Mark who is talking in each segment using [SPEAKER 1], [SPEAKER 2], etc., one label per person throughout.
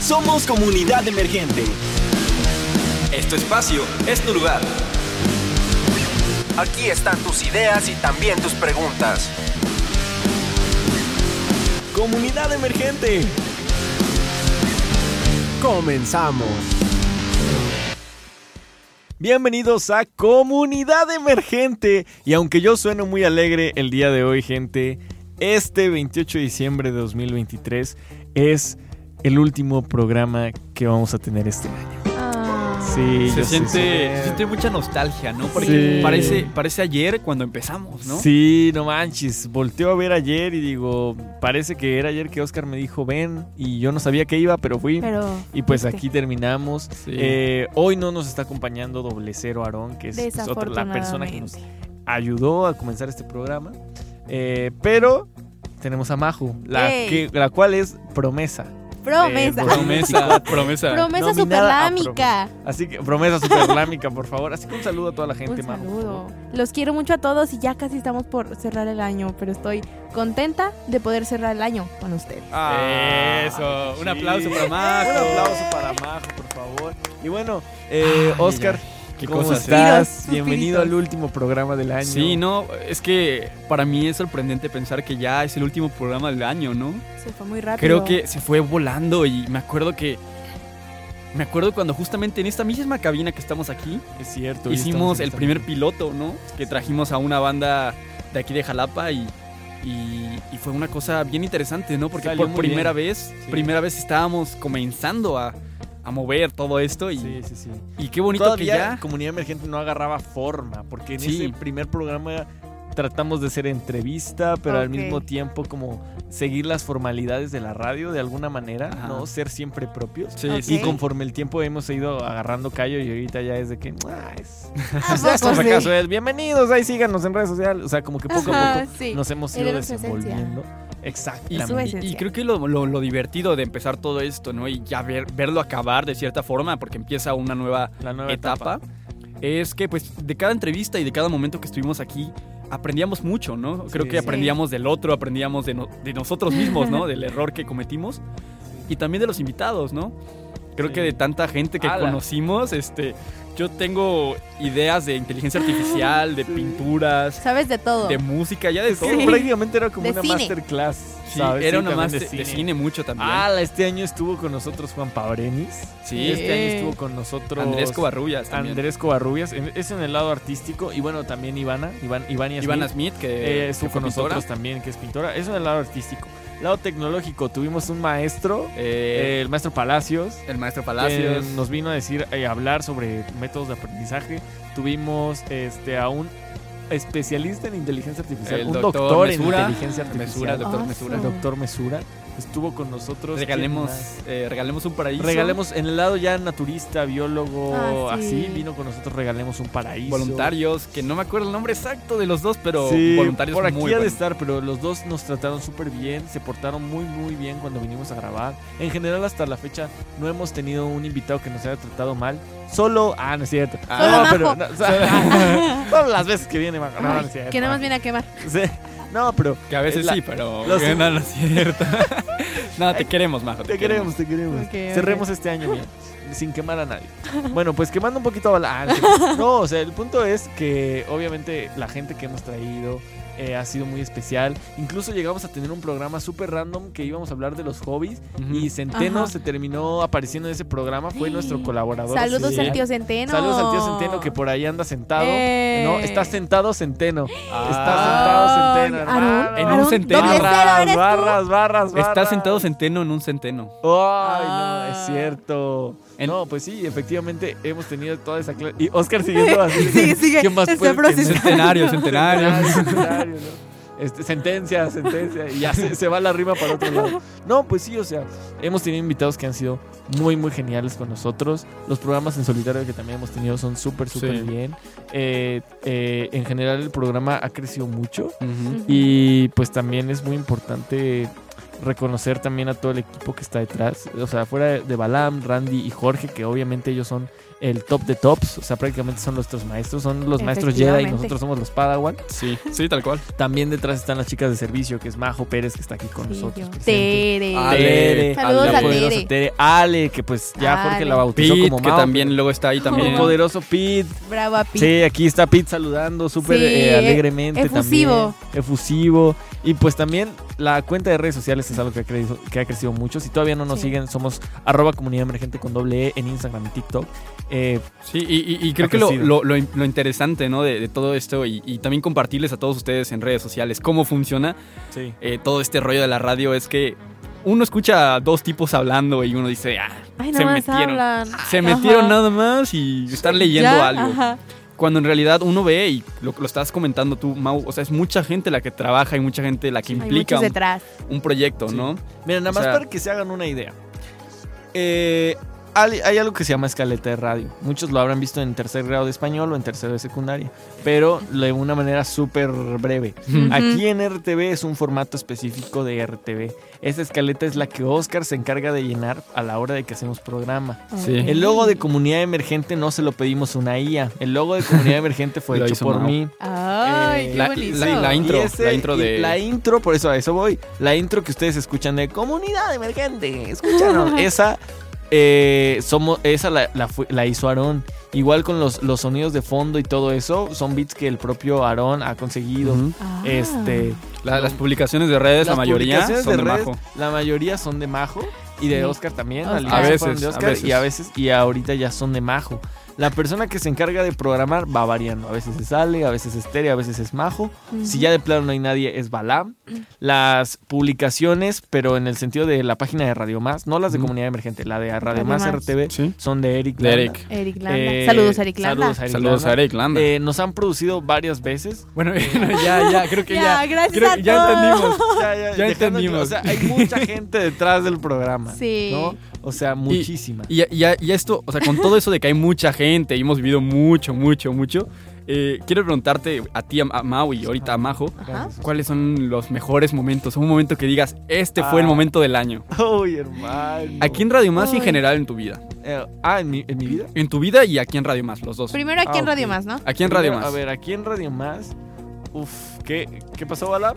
[SPEAKER 1] Somos comunidad emergente.
[SPEAKER 2] Es
[SPEAKER 1] Este
[SPEAKER 2] tu espacio, es tu lugar.
[SPEAKER 3] Aquí están tus ideas y también tus preguntas.
[SPEAKER 1] Comunidad emergente.
[SPEAKER 4] Comenzamos.
[SPEAKER 1] Bienvenidos a Comunidad Emergente. Y aunque yo sueno muy alegre el día de hoy, gente, este 28 de diciembre de 2023 es el último programa que vamos a tener este año.
[SPEAKER 5] Ah,
[SPEAKER 1] Sí,
[SPEAKER 6] Se
[SPEAKER 1] yo sé,
[SPEAKER 6] siente,
[SPEAKER 1] sé.
[SPEAKER 6] se siente mucha nostalgia, ¿no? Porque
[SPEAKER 1] Sí.
[SPEAKER 6] parece, parece ayer cuando empezamos, ¿no?
[SPEAKER 1] Sí, no manches. Volteo a ver ayer y digo, parece que era ayer que Oscar me dijo ven y yo no sabía que iba, pero fui.
[SPEAKER 5] Pero
[SPEAKER 1] y pues
[SPEAKER 5] fuiste.
[SPEAKER 1] aquí terminamos.
[SPEAKER 6] Sí.
[SPEAKER 1] Eh, hoy no nos está acompañando Doble Cero Aarón, que es pues, otra, la persona que nos
[SPEAKER 5] Desafortunadamente.
[SPEAKER 1] ayudó a comenzar este programa. Eh, pero tenemos a Maju, la,
[SPEAKER 5] Ey.
[SPEAKER 1] que, la cual es promesa.
[SPEAKER 5] Promesa.
[SPEAKER 1] Eh,
[SPEAKER 6] Promesa, promesa.
[SPEAKER 5] Promesa
[SPEAKER 1] nominada a
[SPEAKER 5] superlámica.
[SPEAKER 1] Así que promesa superlámica, por favor. Así que un saludo a toda la gente,
[SPEAKER 5] Un
[SPEAKER 1] Maju, por
[SPEAKER 5] saludo.
[SPEAKER 1] favor.
[SPEAKER 5] Los quiero mucho a todos y ya casi estamos por cerrar el año, pero estoy contenta de poder cerrar el año con ustedes.
[SPEAKER 6] Ah, Eso. Un aplauso para
[SPEAKER 1] Un
[SPEAKER 6] Majo.
[SPEAKER 1] aplauso para Majo, por favor. Y bueno, eh,
[SPEAKER 6] Ay,
[SPEAKER 1] Oscar,
[SPEAKER 6] Qué
[SPEAKER 1] ¿cómo
[SPEAKER 6] cosas, eh?
[SPEAKER 1] estás?
[SPEAKER 5] Suspiros,
[SPEAKER 1] Bienvenido
[SPEAKER 5] suspiritos.
[SPEAKER 1] al último programa del año.
[SPEAKER 6] Sí, no, es que para mí es sorprendente pensar que ya es el último programa del año, ¿no?
[SPEAKER 5] Se fue muy rápido.
[SPEAKER 6] Creo que se fue volando y me acuerdo que. Me acuerdo cuando justamente en esta misma cabina que estamos aquí,
[SPEAKER 1] Es cierto. hoy estamos
[SPEAKER 6] hicimos
[SPEAKER 1] en
[SPEAKER 6] el
[SPEAKER 1] esta
[SPEAKER 6] primer
[SPEAKER 1] mesa.
[SPEAKER 6] piloto, ¿no? Que trajimos a una banda de aquí de Jalapa y, y- y fue una cosa bien interesante, ¿no? Porque
[SPEAKER 1] Salió
[SPEAKER 6] por
[SPEAKER 1] muy
[SPEAKER 6] primera vez,
[SPEAKER 1] Sí.
[SPEAKER 6] primera vez estábamos comenzando a, a mover todo esto y,
[SPEAKER 1] Sí, sí, sí.
[SPEAKER 6] y qué bonito
[SPEAKER 1] Todavía
[SPEAKER 6] que ya...
[SPEAKER 1] Comunidad Emergente no agarraba forma, porque en
[SPEAKER 6] Sí.
[SPEAKER 1] ese primer programa tratamos de hacer entrevista, pero al
[SPEAKER 5] Ok.
[SPEAKER 1] mismo tiempo como seguir las formalidades de la radio de alguna manera,
[SPEAKER 6] Ajá.
[SPEAKER 1] ¿no? Ser siempre propios.
[SPEAKER 6] Sí,
[SPEAKER 5] Ok.
[SPEAKER 1] Y
[SPEAKER 6] sí,
[SPEAKER 5] Sí.
[SPEAKER 1] conforme el tiempo hemos ido agarrando callo y ahorita ya es de que... "Ah, es-
[SPEAKER 5] ¿A
[SPEAKER 1] pues ya
[SPEAKER 5] poco
[SPEAKER 1] estamos
[SPEAKER 5] sí?
[SPEAKER 1] acá, Soel. Bienvenidos, ahí síganos en redes sociales. O sea, como que poco a
[SPEAKER 5] Ajá,
[SPEAKER 1] poco
[SPEAKER 5] Ah, sí.
[SPEAKER 1] nos hemos
[SPEAKER 5] Él
[SPEAKER 1] ido
[SPEAKER 5] era su esencia.
[SPEAKER 1] desenvolviendo.
[SPEAKER 6] Y, e-
[SPEAKER 1] Exactamente.
[SPEAKER 5] su
[SPEAKER 6] y- y creo que lo, lo- lo divertido de empezar todo esto, ¿no? Y ya ver- verlo acabar de cierta forma, porque empieza una nueva
[SPEAKER 1] La nueva etapa.
[SPEAKER 6] etapa, es que pues de cada entrevista y de cada momento que estuvimos aquí aprendíamos mucho, ¿no? Creo
[SPEAKER 1] Sí,
[SPEAKER 6] que
[SPEAKER 1] sí.
[SPEAKER 6] aprendíamos del otro, aprendíamos de, no- de nosotros mismos, ¿no? del error que cometimos y también de los invitados, ¿no? Creo
[SPEAKER 1] Sí.
[SPEAKER 6] que de tanta gente que
[SPEAKER 1] Ala.
[SPEAKER 6] conocimos, este, yo tengo ideas de inteligencia artificial, de pinturas,
[SPEAKER 5] Sabes de todo.
[SPEAKER 6] de música, ya de todo.
[SPEAKER 1] Que
[SPEAKER 5] Sí.
[SPEAKER 1] Prácticamente era como
[SPEAKER 5] De
[SPEAKER 1] una
[SPEAKER 5] cine.
[SPEAKER 1] masterclass.
[SPEAKER 6] Sí,
[SPEAKER 1] ¿sabes?
[SPEAKER 6] era
[SPEAKER 1] Sí,
[SPEAKER 6] una más
[SPEAKER 1] también
[SPEAKER 6] de, de cine mucho también.
[SPEAKER 1] Ah, este año estuvo con nosotros Juan Pabrenis.
[SPEAKER 6] Sí.
[SPEAKER 1] Este año estuvo con nosotros
[SPEAKER 6] Andrés Covarrubias también.
[SPEAKER 1] Andrés Covarrubias. En- Es en el lado artístico. Y bueno, también Ivana. Iván, Ivania Smith,
[SPEAKER 6] Ivana Smith, que
[SPEAKER 1] eh, estuvo
[SPEAKER 6] que fue
[SPEAKER 1] con nosotros
[SPEAKER 6] pintora.
[SPEAKER 1] también, que es pintora. Es en el lado artístico. Lado tecnológico, tuvimos un maestro,
[SPEAKER 6] Eh,
[SPEAKER 1] eh, el maestro Palacios.
[SPEAKER 6] el maestro
[SPEAKER 1] que
[SPEAKER 6] Palacios.
[SPEAKER 1] nos vino a decir, eh, a hablar sobre métodos de aprendizaje. Tuvimos este, a un especialista en inteligencia artificial,
[SPEAKER 6] El
[SPEAKER 1] un doctor,
[SPEAKER 6] doctor
[SPEAKER 1] en
[SPEAKER 6] Mesura.
[SPEAKER 1] inteligencia
[SPEAKER 6] Mesura,
[SPEAKER 1] artificial.
[SPEAKER 6] el doctor
[SPEAKER 5] Awesome.
[SPEAKER 6] Mesura.
[SPEAKER 1] el doctor Mesura estuvo con nosotros. ¿Quién
[SPEAKER 6] Regalemos,
[SPEAKER 1] más?
[SPEAKER 6] eh, regalemos un paraíso.
[SPEAKER 1] Regalemos en el lado ya naturista, biólogo,
[SPEAKER 5] Ah, sí.
[SPEAKER 1] así. Vino con nosotros, regalemos un paraíso.
[SPEAKER 6] Voluntarios, que no me acuerdo el nombre exacto de los dos, pero
[SPEAKER 1] Sí,
[SPEAKER 6] voluntarios
[SPEAKER 1] por aquí
[SPEAKER 6] muy
[SPEAKER 1] ha de
[SPEAKER 6] buenos.
[SPEAKER 1] estar, pero los dos nos trataron súper bien, se portaron muy muy bien cuando vinimos a grabar. En general hasta la fecha no hemos tenido un invitado que nos haya tratado mal. Solo, ah, no es cierto.
[SPEAKER 6] Ah,
[SPEAKER 1] no,
[SPEAKER 5] Majo.
[SPEAKER 1] pero no, o sea, solo las veces que viene Majo, no, no
[SPEAKER 5] Ay,
[SPEAKER 1] es cierto.
[SPEAKER 5] que nada más viene a quemar.
[SPEAKER 1] Sí. No, pero
[SPEAKER 6] Que a veces
[SPEAKER 1] Es la-
[SPEAKER 6] sí, pero
[SPEAKER 1] los-
[SPEAKER 6] que no, no es cierto. no, te queremos, Majo.
[SPEAKER 1] te queremos, te queremos.
[SPEAKER 5] Ok, ok.
[SPEAKER 1] Cerremos este año bien, sin quemar a nadie. Bueno, pues quemando un poquito a la... ah, no es cierto. No, o sea, el punto es que obviamente la gente que hemos traído eh, ha sido muy especial. Incluso llegamos a tener un programa súper random que íbamos a hablar de los hobbies
[SPEAKER 6] Ujú.
[SPEAKER 1] y Centeno
[SPEAKER 5] Ajá.
[SPEAKER 1] se terminó apareciendo en ese programa, fue nuestro colaborador.
[SPEAKER 5] Saludos
[SPEAKER 1] oficial.
[SPEAKER 5] al tío Centeno.
[SPEAKER 1] Saludos al tío Centeno que por ahí anda sentado.
[SPEAKER 5] Eh.
[SPEAKER 1] No, está sentado Centeno.
[SPEAKER 6] Ah.
[SPEAKER 1] Está sentado Centeno, hermano.
[SPEAKER 5] Aarón,
[SPEAKER 6] En un
[SPEAKER 5] Aarón,
[SPEAKER 6] centeno.
[SPEAKER 5] doble cero eres
[SPEAKER 1] Barras,
[SPEAKER 5] tú.
[SPEAKER 1] barras, barras,
[SPEAKER 6] Está
[SPEAKER 1] barras.
[SPEAKER 6] sentado centeno en un centeno.
[SPEAKER 1] Ay, no,
[SPEAKER 5] Ah.
[SPEAKER 1] es cierto.
[SPEAKER 6] En-
[SPEAKER 1] No, pues sí, efectivamente hemos tenido toda esa clase. Y Oscar siguiendo así.
[SPEAKER 5] Sigue, sigue.
[SPEAKER 1] ¿Qué más
[SPEAKER 5] Está
[SPEAKER 1] puede tener?
[SPEAKER 5] procesando.
[SPEAKER 6] Centenario, centenario.
[SPEAKER 1] Centenario, centenario, ¿no? Este, sentencia, sentencia. Y ya se, se va la rima para otro lado. No, pues sí, o sea, hemos tenido invitados que han sido muy, muy geniales con nosotros. Los programas en solitario que también hemos tenido son súper, súper
[SPEAKER 6] Sí.
[SPEAKER 1] bien. Eh, eh, en general, el programa ha crecido mucho.
[SPEAKER 6] Ujú.
[SPEAKER 1] Y pues también es muy importante reconocer también a todo el equipo que está detrás. O sea, fuera de Balam, Randy y Jorge, que obviamente ellos son el top de tops. O sea, prácticamente son nuestros maestros. Son los maestros Jedi y
[SPEAKER 5] Efectivamente.
[SPEAKER 1] nosotros somos los Padawan.
[SPEAKER 6] Sí, sí, tal cual.
[SPEAKER 1] También detrás están las chicas de servicio, que es Majo Pérez, que está aquí con
[SPEAKER 5] Sí,
[SPEAKER 1] nosotros.
[SPEAKER 5] yo.
[SPEAKER 1] presente.
[SPEAKER 5] Tere.
[SPEAKER 1] Tere,
[SPEAKER 5] Saludos
[SPEAKER 1] la
[SPEAKER 5] a
[SPEAKER 1] poderosa
[SPEAKER 5] Tere.
[SPEAKER 1] Tere. Ale, que pues ya Jorge
[SPEAKER 5] Ale.
[SPEAKER 1] la bautizó
[SPEAKER 6] Pete,
[SPEAKER 1] como
[SPEAKER 6] que
[SPEAKER 1] Mao.
[SPEAKER 6] también luego está ahí
[SPEAKER 1] El
[SPEAKER 6] también.
[SPEAKER 1] poderoso Pete.
[SPEAKER 5] Brava Pi.
[SPEAKER 1] Sí, aquí está Pete saludando súper
[SPEAKER 5] Sí,
[SPEAKER 1] eh, alegremente
[SPEAKER 5] efusivo.
[SPEAKER 1] también. Efusivo. Y pues también la cuenta de redes sociales es algo que ha crecido, que ha crecido mucho. Si todavía no nos
[SPEAKER 5] Sí.
[SPEAKER 1] siguen, somos arroba comunidad emergente con doble E en Instagram y TikTok. Eh,
[SPEAKER 6] Sí, y, y- y creo
[SPEAKER 1] Ha
[SPEAKER 6] que lo,
[SPEAKER 1] crecido.
[SPEAKER 6] lo- lo in- lo interesante ¿no? de, de todo esto y, y también compartirles a todos ustedes en redes sociales cómo funciona
[SPEAKER 1] sí.
[SPEAKER 6] eh, todo este rollo de la radio es que uno escucha a dos tipos hablando y uno dice, ah,
[SPEAKER 5] Ay, nada
[SPEAKER 6] se
[SPEAKER 5] más
[SPEAKER 6] metieron.
[SPEAKER 5] hablan.
[SPEAKER 6] se
[SPEAKER 1] Ah,
[SPEAKER 5] Ajá.
[SPEAKER 6] metieron nada más y están leyendo
[SPEAKER 5] Ya,
[SPEAKER 6] algo.
[SPEAKER 5] ajá.
[SPEAKER 6] Cuando en realidad uno ve y lo, lo estás comentando tú, Mau, o sea, es mucha gente la que trabaja y mucha gente la que
[SPEAKER 5] Hay
[SPEAKER 6] implica
[SPEAKER 5] muchos
[SPEAKER 6] un,
[SPEAKER 5] detrás.
[SPEAKER 6] un proyecto,
[SPEAKER 1] Sí.
[SPEAKER 6] ¿no?
[SPEAKER 1] Miren, nada
[SPEAKER 6] O
[SPEAKER 1] más
[SPEAKER 6] sea-
[SPEAKER 1] para que se hagan una idea. Eh, al- hay algo que se llama escaleta de radio. Muchos lo habrán visto en tercer grado de español o en tercero de secundaria, pero de una manera súper breve.
[SPEAKER 5] Ujú.
[SPEAKER 1] Aquí en RTV es un formato específico de RTV. Esa escaleta es la que Oscar se encarga de llenar a la hora de que hacemos programa.
[SPEAKER 6] Sí.
[SPEAKER 5] Ok.
[SPEAKER 1] El logo de Comunidad Emergente no se lo pedimos a una IA. El logo de Comunidad Emergente fue
[SPEAKER 6] Lo
[SPEAKER 1] hecho
[SPEAKER 6] hizo
[SPEAKER 1] por
[SPEAKER 6] Mao.
[SPEAKER 1] mí.
[SPEAKER 5] Ay,
[SPEAKER 1] Eh,
[SPEAKER 5] qué
[SPEAKER 6] la-
[SPEAKER 5] bonito.
[SPEAKER 6] la- la in- intro,
[SPEAKER 1] Y
[SPEAKER 6] la intro de-
[SPEAKER 1] y La intro, por eso a eso voy. La intro que ustedes escuchan de Comunidad Emergente, escúchanos. esa eh, somos, esa la, la fu- la hizo Aarón. Igual con los, los sonidos de fondo y todo eso, son beats que el propio Aarón ha conseguido.
[SPEAKER 5] Ah.
[SPEAKER 1] Este,
[SPEAKER 6] La- las publicaciones de redes, la
[SPEAKER 1] las
[SPEAKER 6] mayoría
[SPEAKER 1] publicaciones
[SPEAKER 6] son de,
[SPEAKER 1] redes,
[SPEAKER 6] Majo. Ah,
[SPEAKER 1] La mayoría son de Majo y de
[SPEAKER 5] Sí.
[SPEAKER 1] Oscar también.
[SPEAKER 5] Oscar.
[SPEAKER 1] al inicio
[SPEAKER 6] A veces,
[SPEAKER 1] fueron de
[SPEAKER 6] a
[SPEAKER 1] Oscar
[SPEAKER 6] veces.
[SPEAKER 1] Y a veces, y ahorita ya son de Majo. La persona que se encarga de programar va variando. A veces es Ale, a veces es Tere, a veces es Majo.
[SPEAKER 5] Ujú.
[SPEAKER 1] Si ya de plano no hay nadie, es Balam. Las publicaciones, pero en el sentido de la página de Radio Más, no las de
[SPEAKER 6] Ujú.
[SPEAKER 1] Comunidad Emergente, la de Radio
[SPEAKER 5] Radio
[SPEAKER 1] Más
[SPEAKER 5] Más.
[SPEAKER 1] RTV,
[SPEAKER 6] Sí.
[SPEAKER 1] son de Eric.
[SPEAKER 6] De
[SPEAKER 1] Landa.
[SPEAKER 6] Eric.
[SPEAKER 5] Eric Landa.
[SPEAKER 1] Eh,
[SPEAKER 5] saludos, Eric Landa.
[SPEAKER 1] Saludos a Eric.
[SPEAKER 6] Saludos a
[SPEAKER 1] Landa.
[SPEAKER 6] Eric Landa.
[SPEAKER 1] Eh, nos han producido varias veces.
[SPEAKER 6] bueno, ya, ya, creo que
[SPEAKER 5] Ya,
[SPEAKER 6] ya.
[SPEAKER 5] gracias
[SPEAKER 6] creo
[SPEAKER 5] a
[SPEAKER 6] que ya
[SPEAKER 5] todos.
[SPEAKER 6] entendimos.
[SPEAKER 1] ya, ya,
[SPEAKER 6] Ya
[SPEAKER 1] dejando
[SPEAKER 6] entendimos.
[SPEAKER 1] claro, o sea, hay mucha gente detrás del programa.
[SPEAKER 5] Sí.
[SPEAKER 1] ¿no? O sea, muchísima.
[SPEAKER 6] Y, y- y esto, o sea, con todo eso de que hay mucha gente y hemos vivido mucho, mucho, mucho, eh, quiero preguntarte a ti, a, a Mau y ahorita a Majo,
[SPEAKER 5] Ajá.
[SPEAKER 6] ¿cuáles son los mejores momentos? Un momento que digas, este fue el
[SPEAKER 1] Ah.
[SPEAKER 6] momento del año.
[SPEAKER 1] Uy, hermano.
[SPEAKER 6] Aquí en Radio Más y en
[SPEAKER 5] Ay.
[SPEAKER 6] general en tu vida.
[SPEAKER 1] Eh, ah, ¿en mi, en mi vida.
[SPEAKER 6] En tu vida y aquí en Radio Más, los dos.
[SPEAKER 5] Primero aquí
[SPEAKER 1] Ah,
[SPEAKER 5] en Radio
[SPEAKER 1] ok.
[SPEAKER 5] Más, ¿no?
[SPEAKER 6] Aquí en Radio
[SPEAKER 1] Primero, A
[SPEAKER 6] Más.
[SPEAKER 1] ver, aquí en Radio Más. Uf, ¿qué, qué pasó, Bala?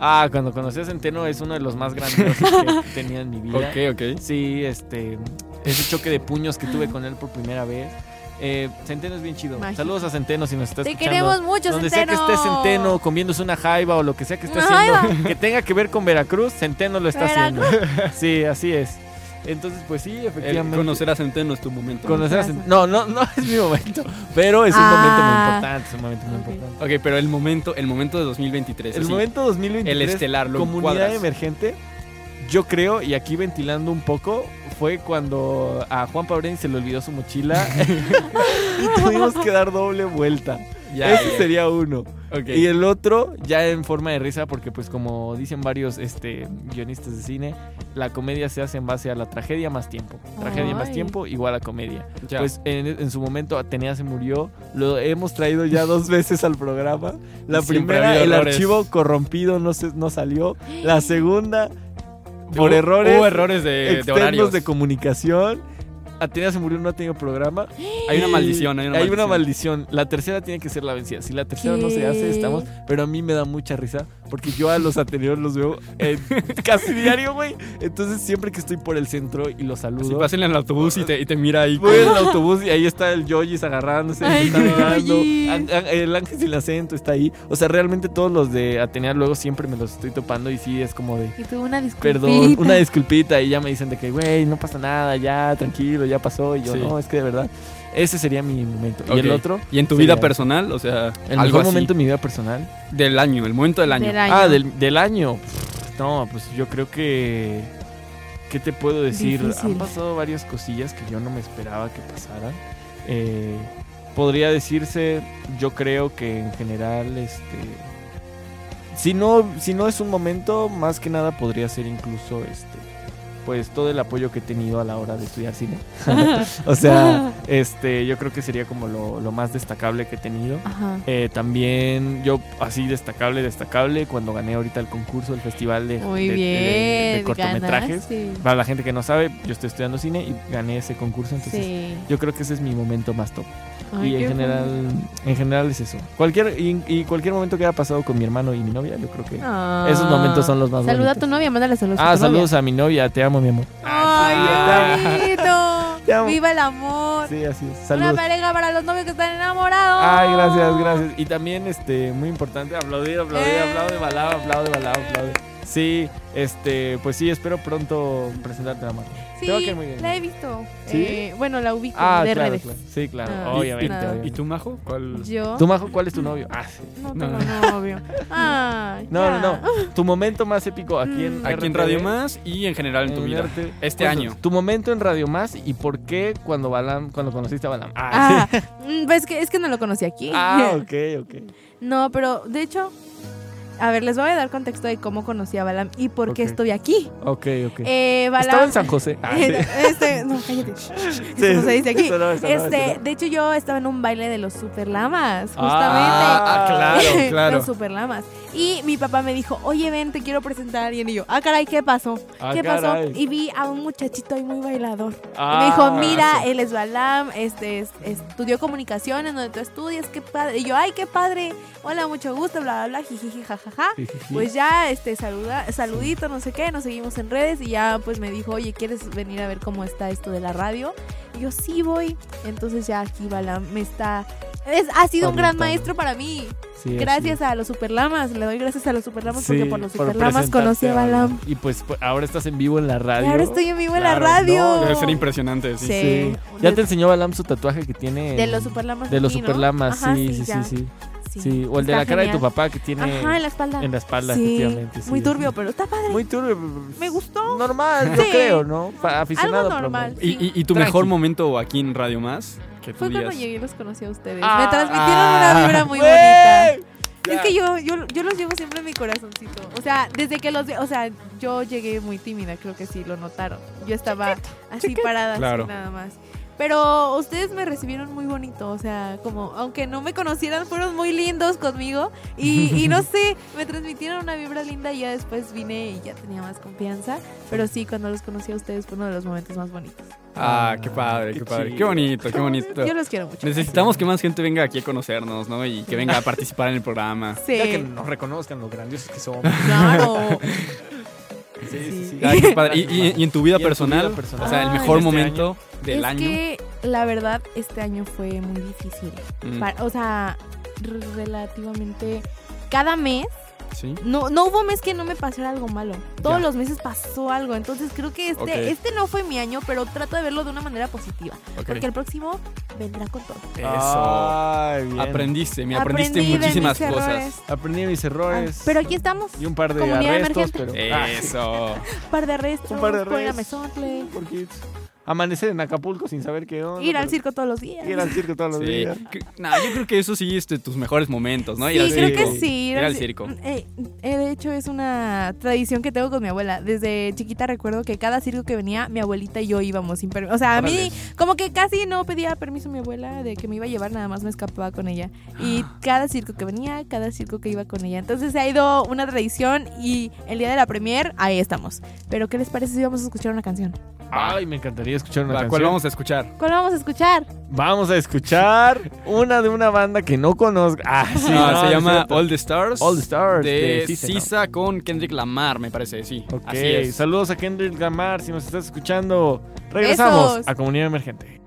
[SPEAKER 1] Ah, cuando conocí a Centeno es uno de los más grandes que tenía en mi vida.
[SPEAKER 6] Ok, ok.
[SPEAKER 1] Sí, este. Ese choque de puños que tuve con él por primera vez. Eh, Centeno es bien chido.
[SPEAKER 5] Mágico.
[SPEAKER 1] Saludos a Centeno si nos estás
[SPEAKER 5] Te
[SPEAKER 1] escuchando.
[SPEAKER 5] queremos mucho,
[SPEAKER 1] Donde
[SPEAKER 5] Centeno.
[SPEAKER 1] sea que esté Centeno comiéndose una jaiba o lo que sea que esté
[SPEAKER 5] Una
[SPEAKER 1] haciendo,
[SPEAKER 5] jaiba.
[SPEAKER 1] que tenga que ver con Veracruz, Centeno lo está
[SPEAKER 5] Veracruz.
[SPEAKER 1] haciendo. Sí, así es. Entonces, pues sí,
[SPEAKER 6] El
[SPEAKER 1] efectivamente.
[SPEAKER 6] conocer a Centeno es tu momento.
[SPEAKER 1] conocer a
[SPEAKER 5] Conocer a
[SPEAKER 1] Cent- No, no, no es mi momento, pero es un
[SPEAKER 5] Ah.
[SPEAKER 1] momento muy importante, es un momento muy
[SPEAKER 5] Ok.
[SPEAKER 1] importante.
[SPEAKER 6] ok, pero el momento, el momento de 2023.
[SPEAKER 1] El
[SPEAKER 6] así,
[SPEAKER 1] momento 2023,
[SPEAKER 6] el estelar, lo
[SPEAKER 1] comunidad
[SPEAKER 6] encuadras.
[SPEAKER 1] emergente, yo creo, y aquí ventilando un poco, fue cuando a Juan Pabreni se le olvidó su mochila y tuvimos que dar doble vuelta.
[SPEAKER 6] Ya,
[SPEAKER 1] Ese
[SPEAKER 6] ya.
[SPEAKER 1] sería uno.
[SPEAKER 6] Ok.
[SPEAKER 1] Y el otro, ya en forma de risa, porque pues como dicen varios este, guionistas de cine, la comedia se hace en base a la tragedia más tiempo. Tragedia más
[SPEAKER 5] Ay.
[SPEAKER 1] tiempo igual a comedia.
[SPEAKER 6] Ya.
[SPEAKER 1] Pues en, en su momento Atenea se murió, lo hemos traído ya dos veces al programa. La
[SPEAKER 6] Siempre ha
[SPEAKER 1] primera,
[SPEAKER 6] habido
[SPEAKER 1] el
[SPEAKER 6] errores.
[SPEAKER 1] archivo corrompido no, se, no salió. La segunda, por
[SPEAKER 6] Hubo-
[SPEAKER 1] errores,
[SPEAKER 6] Hubo errores de- de,
[SPEAKER 1] externos
[SPEAKER 6] horarios.
[SPEAKER 1] de comunicación. Atenea se murió, no ha tenido programa.
[SPEAKER 6] Hay una
[SPEAKER 1] Y
[SPEAKER 6] maldición, hay una
[SPEAKER 1] Hay
[SPEAKER 6] maldición.
[SPEAKER 1] una maldición. La tercera tiene que ser la vencida. Si la tercera no se
[SPEAKER 5] ¿Qué?
[SPEAKER 1] hace, estamos. Pero a mí me da mucha risa porque yo a los anteriores los veo eh, casi diario, güey. Entonces, siempre que estoy por el centro y los
[SPEAKER 6] Si
[SPEAKER 1] saludo.
[SPEAKER 6] pasas en el autobús y te, y te mira ahí.
[SPEAKER 1] Voy en el autobús y ahí está el Yoyis agarrándose,
[SPEAKER 5] Ay,
[SPEAKER 1] está mirando.
[SPEAKER 5] Yoyis.
[SPEAKER 1] An- an- El ángel sin acento está ahí. O sea, realmente todos los de Atenea luego siempre me los estoy topando y sí es como de.
[SPEAKER 5] Y tuve una disculpa.
[SPEAKER 1] Perdón, una disculpita y ya me dicen de que, güey, no pasa nada, ya, tranquilo, ya pasó. Y yo,
[SPEAKER 6] Sí.
[SPEAKER 1] no, es que de verdad, ese sería mi momento. Y el
[SPEAKER 6] Ok.
[SPEAKER 1] otro,
[SPEAKER 6] Y en tu
[SPEAKER 1] Sería-
[SPEAKER 6] vida personal, o sea,
[SPEAKER 1] el
[SPEAKER 6] algo
[SPEAKER 1] mejor
[SPEAKER 6] así.
[SPEAKER 1] momento de mi vida personal.
[SPEAKER 6] del año, el momento del año.
[SPEAKER 5] Del año.
[SPEAKER 1] Ah, del, del año. Pff, No, pues yo creo que. ¿Qué te puedo decir?
[SPEAKER 5] Difícil.
[SPEAKER 1] Han pasado varias cosillas que yo no me esperaba que pasaran. Eh, podría decirse, yo creo que en general, este. Si no, si no es un momento, más que nada podría ser incluso este. pues todo el apoyo que he tenido a la hora de estudiar cine. o sea, este, yo creo que sería como lo, lo más destacable que he tenido.
[SPEAKER 5] Ajá.
[SPEAKER 1] Eh, también yo así destacable, destacable, cuando gané ahorita el concurso, el festival de,
[SPEAKER 5] Muy
[SPEAKER 1] Este, de- de-
[SPEAKER 5] bien.
[SPEAKER 1] de cortometrajes.
[SPEAKER 5] ganaste.
[SPEAKER 1] Para la gente que no sabe, yo estoy estudiando cine y gané ese concurso, entonces
[SPEAKER 5] Sí.
[SPEAKER 1] yo creo que ese es mi momento más top.
[SPEAKER 5] Ay,
[SPEAKER 1] y en
[SPEAKER 5] qué
[SPEAKER 1] general, en general es eso. Cualquier, y, y cualquier momento que haya pasado con mi hermano y mi novia, yo creo que...
[SPEAKER 5] Ah.
[SPEAKER 1] Esos momentos son los más
[SPEAKER 5] Saluda a tu
[SPEAKER 1] bonitos.
[SPEAKER 5] novia, mándale saludos. a
[SPEAKER 1] Ah,
[SPEAKER 5] tu
[SPEAKER 1] saludos a mi novia, te amo mi amor.
[SPEAKER 5] novia. Ay,
[SPEAKER 1] Te
[SPEAKER 5] qué bonito.
[SPEAKER 1] amo.
[SPEAKER 5] Viva el amor.
[SPEAKER 1] Ah. Sí, así es.
[SPEAKER 5] Una
[SPEAKER 1] Saludos.
[SPEAKER 5] pareja para los novios que están enamorados.
[SPEAKER 1] Ay, gracias, gracias. Y también, este, muy importante, aplaudir, aplaudir,
[SPEAKER 5] Eh.
[SPEAKER 1] aplaude, balado, aplaude, balado, aplaude. Sí, este, pues sí, espero pronto presentarte la mano.
[SPEAKER 5] Sí,
[SPEAKER 1] Te va a caer muy bien.
[SPEAKER 5] la he visto.
[SPEAKER 1] ¿Sí?
[SPEAKER 5] Eh, bueno, la ubico
[SPEAKER 1] Ah,
[SPEAKER 5] de
[SPEAKER 1] claro,
[SPEAKER 5] redes.
[SPEAKER 1] claro. Sí, claro,
[SPEAKER 5] Ah,
[SPEAKER 6] Y-
[SPEAKER 1] obviamente.
[SPEAKER 5] nada.
[SPEAKER 6] ¿Y,
[SPEAKER 1] obviamente.
[SPEAKER 6] y tu majo? ¿Cuál?
[SPEAKER 5] Yo
[SPEAKER 1] ¿Tú, Majo, cuál es tu novio? Ah, sí.
[SPEAKER 5] no
[SPEAKER 6] No,
[SPEAKER 5] tengo novio. Ay,
[SPEAKER 1] No,
[SPEAKER 5] ya.
[SPEAKER 1] no, no. Tu momento más épico aquí en,
[SPEAKER 5] Mm.
[SPEAKER 6] Aquí en
[SPEAKER 1] RTV,
[SPEAKER 6] Radio Más y en general en tu
[SPEAKER 1] en
[SPEAKER 6] vida.
[SPEAKER 1] RTV.
[SPEAKER 6] Este
[SPEAKER 1] Cuéntanos,
[SPEAKER 6] año.
[SPEAKER 1] Tu momento en Radio Más y por qué cuando Balam, cuando conociste a Balam. Ah,
[SPEAKER 5] Ah, mm, pues que, es que no lo conocí aquí.
[SPEAKER 1] sí. ah ok, ok.
[SPEAKER 5] No, pero de hecho, a ver, les voy a dar contexto de cómo conocí a Balam y por qué
[SPEAKER 1] Ok.
[SPEAKER 5] estoy aquí.
[SPEAKER 1] Ok, ok.
[SPEAKER 5] Eh, Balam.
[SPEAKER 1] Estaba en San José. Ah, sí.
[SPEAKER 5] Este, no, cállate. Eso no se dice aquí.
[SPEAKER 1] Eso no, eso no, eso
[SPEAKER 5] Este,
[SPEAKER 1] no.
[SPEAKER 5] de hecho, yo estaba en un baile de los superlamas, justamente.
[SPEAKER 6] Ah, ah, claro, claro.
[SPEAKER 5] los superlamas. Y mi papá me dijo, oye, ven, te quiero presentar a alguien. Y yo, ah, caray, ¿qué pasó?
[SPEAKER 1] Ah,
[SPEAKER 5] ¿Qué pasó?
[SPEAKER 1] caray.
[SPEAKER 5] Y vi a un muchachito ahí muy bailador. Y
[SPEAKER 1] Ah,
[SPEAKER 5] me dijo, mira,
[SPEAKER 1] sí.
[SPEAKER 5] él es Balam, este, es- estudió comunicación en donde tú estudias, qué padre. Y yo, ay, qué padre, hola, mucho gusto, bla, bla, bla, jijiji, jajaja.
[SPEAKER 1] Sí, sí, sí.
[SPEAKER 5] Pues ya, este, saluda, saludito, no sé qué, nos seguimos en redes y ya, pues me dijo, oye, ¿quieres venir a ver cómo está esto de la radio? Y yo, sí, voy. Entonces ya aquí Balam me está... es- ha sido un gran
[SPEAKER 1] Orientando.
[SPEAKER 5] maestro para mí.
[SPEAKER 1] Sí, así
[SPEAKER 5] Gracias a los superlamas. Le doy gracias a los superlamas
[SPEAKER 1] Sí,
[SPEAKER 5] porque por los
[SPEAKER 1] por
[SPEAKER 5] superlamas conocí a
[SPEAKER 1] presentarte
[SPEAKER 5] Balam.
[SPEAKER 1] Y pues pu- ahora estás en vivo en la
[SPEAKER 5] Y
[SPEAKER 1] radio.
[SPEAKER 5] ahora estoy en vivo en la
[SPEAKER 1] Claro,
[SPEAKER 5] radio.
[SPEAKER 1] no,
[SPEAKER 6] Debe ser impresionante.
[SPEAKER 5] Sí.
[SPEAKER 6] Sí.
[SPEAKER 1] Sí.
[SPEAKER 5] De-
[SPEAKER 1] Ya te enseñó Balam su tatuaje que tiene.
[SPEAKER 5] De los superlamas.
[SPEAKER 1] de los
[SPEAKER 5] aquí, ¿no?
[SPEAKER 1] superlamas,
[SPEAKER 5] Ajá,
[SPEAKER 1] sí, sí, sí,
[SPEAKER 5] ya.
[SPEAKER 1] sí,
[SPEAKER 5] Sí.
[SPEAKER 1] Sí, O el de
[SPEAKER 5] Está
[SPEAKER 1] la cara de tu
[SPEAKER 5] genial.
[SPEAKER 1] papá que tiene
[SPEAKER 5] Ajá, en la espalda.
[SPEAKER 1] en la espalda,
[SPEAKER 5] Sí,
[SPEAKER 1] efectivamente. sí,
[SPEAKER 5] Muy
[SPEAKER 1] sí.
[SPEAKER 5] turbio, pero está padre.
[SPEAKER 1] Muy turbio.
[SPEAKER 5] Me gustó.
[SPEAKER 1] Normal, yo
[SPEAKER 5] Sí.
[SPEAKER 1] creo, ¿no? Pa- aficionado.
[SPEAKER 5] Algo normal.
[SPEAKER 1] promedio.
[SPEAKER 6] ¿Y, y- y tu
[SPEAKER 1] Tranqui.
[SPEAKER 6] mejor momento aquí en Radio Más? Que tú
[SPEAKER 5] Fue cuando
[SPEAKER 6] digas,
[SPEAKER 5] llegué y los conocí a ustedes.
[SPEAKER 1] Ah.
[SPEAKER 5] Me transmitieron una vibra muy bonita.
[SPEAKER 1] ¡Güey!
[SPEAKER 5] Es que yo, yo, yo los llevo siempre en mi corazoncito. O sea, desde que los... vi- O sea, yo llegué muy tímida, creo que sí, lo notaron. Yo estaba así parada, así
[SPEAKER 6] Claro.
[SPEAKER 5] nada más. Pero ustedes me recibieron muy bonito, o sea, como aunque no me conocieran, fueron muy lindos conmigo y, y no sé, me transmitieron una vibra linda y ya después vine y ya tenía más confianza. Pero sí, cuando los conocí a ustedes fue uno de los momentos más bonitos.
[SPEAKER 6] Ah, qué padre, qué,
[SPEAKER 1] Qué
[SPEAKER 6] padre.
[SPEAKER 1] chido.
[SPEAKER 6] Qué bonito, qué bonito.
[SPEAKER 5] Yo los quiero mucho.
[SPEAKER 6] Necesitamos que más gente venga aquí a conocernos, ¿no? Y que venga a participar en el programa.
[SPEAKER 1] Ya que
[SPEAKER 5] Sí,
[SPEAKER 1] nos reconozcan lo grandiosos que somos.
[SPEAKER 5] claro.
[SPEAKER 1] Sí, sí, sí.
[SPEAKER 6] Ay, qué padre. Y, y- y en tu
[SPEAKER 1] Y
[SPEAKER 6] vida
[SPEAKER 1] en tu
[SPEAKER 6] personal,
[SPEAKER 1] vida personal.
[SPEAKER 6] o sea, el
[SPEAKER 5] Ay,
[SPEAKER 6] mejor
[SPEAKER 1] este
[SPEAKER 6] momento del
[SPEAKER 5] es
[SPEAKER 6] año.
[SPEAKER 5] que la verdad este año fue muy difícil.
[SPEAKER 6] Mm,
[SPEAKER 5] Para- o sea, re- relativamente cada mes
[SPEAKER 6] sí.
[SPEAKER 5] no no hubo mes que no me pasara algo malo. Todos
[SPEAKER 6] Ya.
[SPEAKER 5] los meses pasó algo, entonces creo que este
[SPEAKER 6] Ok.
[SPEAKER 5] este no fue mi año, pero trato de verlo de una manera positiva,
[SPEAKER 6] ok.
[SPEAKER 5] porque el próximo vendrá con todo.
[SPEAKER 6] Eso.
[SPEAKER 1] Ay, bien.
[SPEAKER 6] Aprendiste, me aprendiste
[SPEAKER 5] Aprendí de
[SPEAKER 6] muchísimas
[SPEAKER 5] mis
[SPEAKER 6] cosas.
[SPEAKER 5] errores.
[SPEAKER 1] Aprendí mis
[SPEAKER 5] Ah,
[SPEAKER 1] errores.
[SPEAKER 5] pero aquí estamos,
[SPEAKER 1] Y un par de
[SPEAKER 5] Comunidad
[SPEAKER 1] arrestos,
[SPEAKER 5] emergente.
[SPEAKER 1] pero. ah,
[SPEAKER 6] Eso.
[SPEAKER 5] un par de arrestos,
[SPEAKER 1] Un par de
[SPEAKER 5] poner a
[SPEAKER 1] arrestos.
[SPEAKER 5] Mesontle,
[SPEAKER 1] Porque es amanecer en Acapulco sin saber qué onda.
[SPEAKER 5] ir al
[SPEAKER 1] pero-
[SPEAKER 5] circo todos los días.
[SPEAKER 1] Ir al circo todos los
[SPEAKER 6] Sí.
[SPEAKER 1] días.
[SPEAKER 6] Que- No, yo creo que eso sí es de tus mejores momentos, ¿no? Ir
[SPEAKER 5] Sí,
[SPEAKER 6] al
[SPEAKER 5] creo
[SPEAKER 6] circo.
[SPEAKER 5] que sí.
[SPEAKER 6] Ir al circo.
[SPEAKER 5] Eh, eh, de hecho, es una tradición que tengo con mi abuela. Desde chiquita recuerdo que cada circo que venía, mi abuelita y yo íbamos sin permiso. O sea, a mí
[SPEAKER 6] Órale.
[SPEAKER 5] como que casi no pedía permiso a mi abuela de que me iba a llevar, nada más me escapaba con ella. Y cada circo que venía, cada circo que iba con ella. Entonces se ha ido una tradición y el día de la premier, ahí estamos. Pero ¿qué les parece si vamos a escuchar una canción?
[SPEAKER 1] Ay, me encantaría escuchar una
[SPEAKER 6] Va,
[SPEAKER 1] canción.
[SPEAKER 6] ¿Cuál vamos a escuchar?
[SPEAKER 5] ¿Cuál vamos a escuchar?
[SPEAKER 1] Vamos a escuchar una de una banda que no conozco. Ah, sí.
[SPEAKER 6] Ah,
[SPEAKER 1] no,
[SPEAKER 6] se
[SPEAKER 1] no
[SPEAKER 6] llama
[SPEAKER 1] es cierto.
[SPEAKER 6] All the Stars.
[SPEAKER 1] All the Stars
[SPEAKER 6] De,
[SPEAKER 1] de Sisa, ¿no?
[SPEAKER 6] Sisa con Kendrick Lamar, me parece, sí.
[SPEAKER 1] Ok,
[SPEAKER 6] Así es.
[SPEAKER 1] saludos a Kendrick Lamar si nos estás escuchando. Regresamos
[SPEAKER 5] Besos.
[SPEAKER 1] a Comunidad Emergente.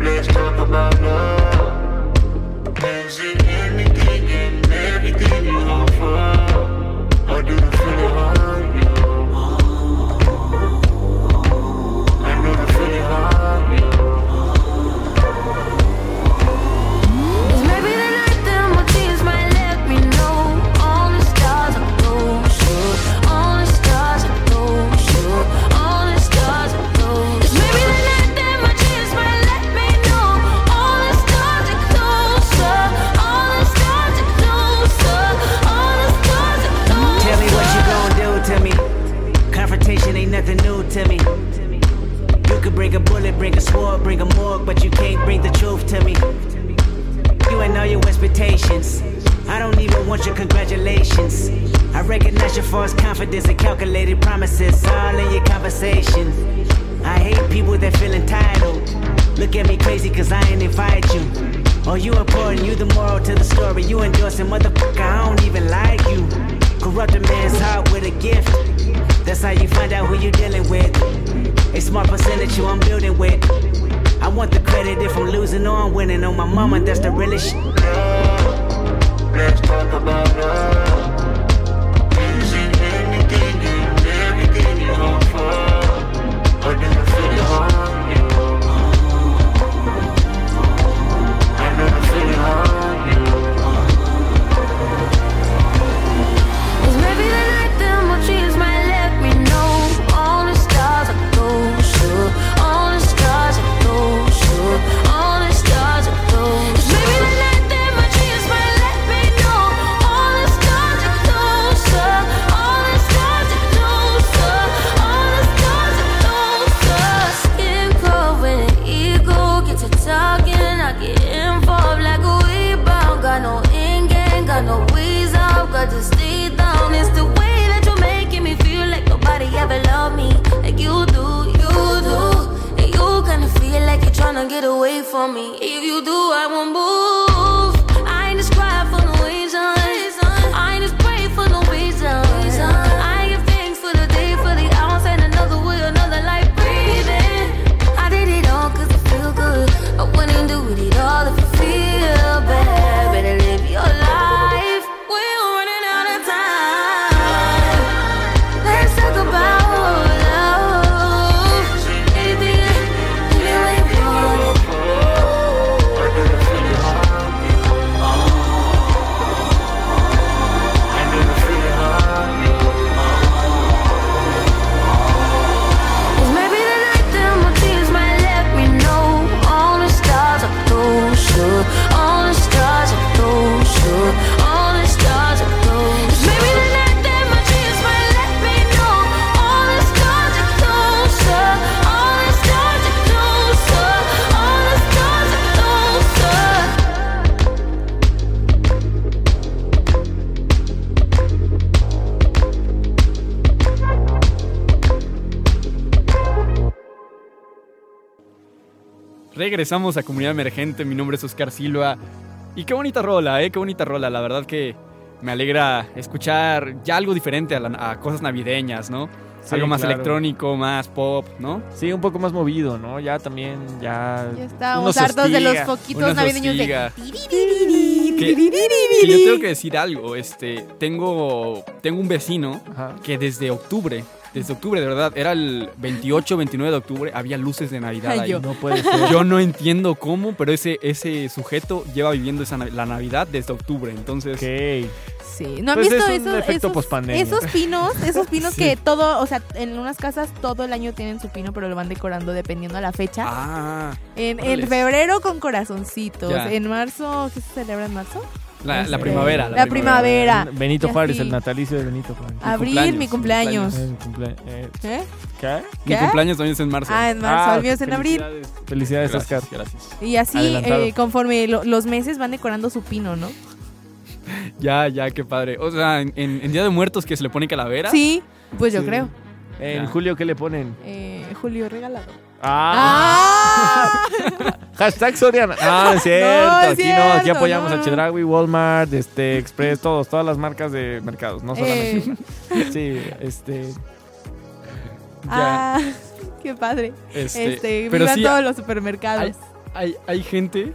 [SPEAKER 4] Let's talk about love. Is it anything and everything you offer? Or do you feel
[SPEAKER 7] bring the truth to me. You and all your expectations. I don't even want your congratulations. I recognize your false confidence and calculated promises all in your conversation. I hate people that feel entitled. Look at me crazy cause I ain't invite you. Oh, you important, you the moral to the story. You endorsing motherfucker, I don't even like you. Corrupt a man's heart with a gift. That's how you find out who you dealing with. A smart percentage who I'm building with. I want the credit if I'm losing or I'm winning. On my mama, that's the realest shit.
[SPEAKER 4] Let's talk about love. Is it anything and everything you hope for? Or do you feel it on you? I know you feel it on you.
[SPEAKER 8] Cause maybe the night that my dreams might let me know All the stars are close All the stars are close All the stars are close Maybe the night that my dreams might let me know All the stars are closer All the stars are closer All the stars are closer Skin cold when an ego gets to talking I get involved like a weed bound Got no in game, got no ways out Got to stay down It's the way that you're making me feel Like nobody ever loved me Like you do, you do And you kinda feel like you're tryna get away from me If you do, I won't move I ain't just cry for no reason I ain't just pray for no reason I give thanks for the day, for the hours And another way, another life breathing I did it all cause I feel good. I wouldn't do it all if I feel bad. Better live your life. We're running out of time. Let's talk about love. Anything, anything we want. Cause maybe the night that my tears might let me know All the stars are closer All the stars are closer All the stars are closer Maybe the night that my tears might let me know All the stars are closer All the stars are closer All the stars are closer
[SPEAKER 6] Regresamos a Comunidad Emergente, mi nombre es Oscar Silva. Y qué bonita rola, ¿eh? Qué bonita rola, la verdad que me alegra escuchar ya algo diferente a, la- a cosas navideñas, ¿no?
[SPEAKER 1] Sí,
[SPEAKER 6] algo más
[SPEAKER 1] claro.
[SPEAKER 6] electrónico, más pop, ¿no?
[SPEAKER 1] Sí, un poco más movido, ¿no? Ya también, ya.
[SPEAKER 5] Ya estábamos
[SPEAKER 1] unos
[SPEAKER 5] hartos de los
[SPEAKER 1] hostiga,
[SPEAKER 5] foquitos
[SPEAKER 6] unos
[SPEAKER 5] navideños
[SPEAKER 6] hostiga.
[SPEAKER 5] de... tiririri,
[SPEAKER 6] Que-
[SPEAKER 5] tiririri.
[SPEAKER 6] Que yo tengo que decir algo, este, tengo, tengo un vecino
[SPEAKER 1] Ajá.
[SPEAKER 6] que desde octubre, desde octubre de verdad, era el 28, 29 de octubre, había luces de Navidad
[SPEAKER 5] Ay,
[SPEAKER 6] ahí.
[SPEAKER 5] yo.
[SPEAKER 1] No puede ser.
[SPEAKER 6] Yo no entiendo cómo, pero ese, ese sujeto lleva viviendo esa, nav- la Navidad desde octubre, entonces...
[SPEAKER 1] Ok.
[SPEAKER 5] Sí, ¿no han
[SPEAKER 1] Pues
[SPEAKER 5] visto
[SPEAKER 1] es un
[SPEAKER 5] esos,
[SPEAKER 1] efecto
[SPEAKER 5] esos-
[SPEAKER 1] pospandemia.
[SPEAKER 5] esos pinos? Esos pinos
[SPEAKER 1] Sí.
[SPEAKER 5] que todo, o sea, en unas casas todo el año tienen su pino, pero lo van decorando dependiendo a la fecha.
[SPEAKER 6] Ah,
[SPEAKER 5] en,
[SPEAKER 6] órale.
[SPEAKER 5] en febrero con corazoncitos,
[SPEAKER 6] Ya.
[SPEAKER 5] en marzo, ¿qué se celebra en marzo?
[SPEAKER 6] la, la
[SPEAKER 5] Este,
[SPEAKER 6] primavera.
[SPEAKER 5] La primavera.
[SPEAKER 1] Benito
[SPEAKER 5] Ya
[SPEAKER 1] Juárez,
[SPEAKER 5] sí. Ah, pues.
[SPEAKER 1] el natalicio de Benito Juárez.
[SPEAKER 5] Abril, mi
[SPEAKER 6] mi
[SPEAKER 5] cumpleaños.
[SPEAKER 6] cumpleaños.
[SPEAKER 1] Eh, mi cumplea- eh,
[SPEAKER 5] ¿Eh?
[SPEAKER 1] ¿Qué?
[SPEAKER 6] Mi
[SPEAKER 5] ¿Qué?
[SPEAKER 6] cumpleaños también es en marzo.
[SPEAKER 5] Ah, en marzo,
[SPEAKER 1] Ah,
[SPEAKER 5] el mío es en abril.
[SPEAKER 1] Felicidades, Oscar.
[SPEAKER 6] Gracias, gracias.
[SPEAKER 5] Y así,
[SPEAKER 1] Adelantado.
[SPEAKER 5] eh, conforme lo- los meses van decorando su pino, ¿no?
[SPEAKER 6] Ya, ya, qué padre. O sea, en, en- en Día de Muertos que se le pone calavera.
[SPEAKER 5] Sí, pues yo
[SPEAKER 1] Sí.
[SPEAKER 5] creo.
[SPEAKER 1] En
[SPEAKER 6] Ya.
[SPEAKER 1] julio, ¿qué le ponen?
[SPEAKER 5] Eh, Julio regalado.
[SPEAKER 1] Ah,
[SPEAKER 5] ¡Ah!
[SPEAKER 1] Hashtag Soriana. Ah, es cierto.
[SPEAKER 5] No, es
[SPEAKER 1] aquí no, aquí
[SPEAKER 5] cierto,
[SPEAKER 1] apoyamos
[SPEAKER 5] no,
[SPEAKER 1] a
[SPEAKER 5] no.
[SPEAKER 1] Chedragui, Walmart, este, Express, todos, todas las marcas de mercados, no solamente.
[SPEAKER 5] Eh,
[SPEAKER 1] Sí, este.
[SPEAKER 5] ah, qué padre.
[SPEAKER 6] Este,
[SPEAKER 5] Este,
[SPEAKER 6] pero
[SPEAKER 5] vivan
[SPEAKER 6] sí,
[SPEAKER 5] todos los supermercados.
[SPEAKER 6] hay, hay, hay gente,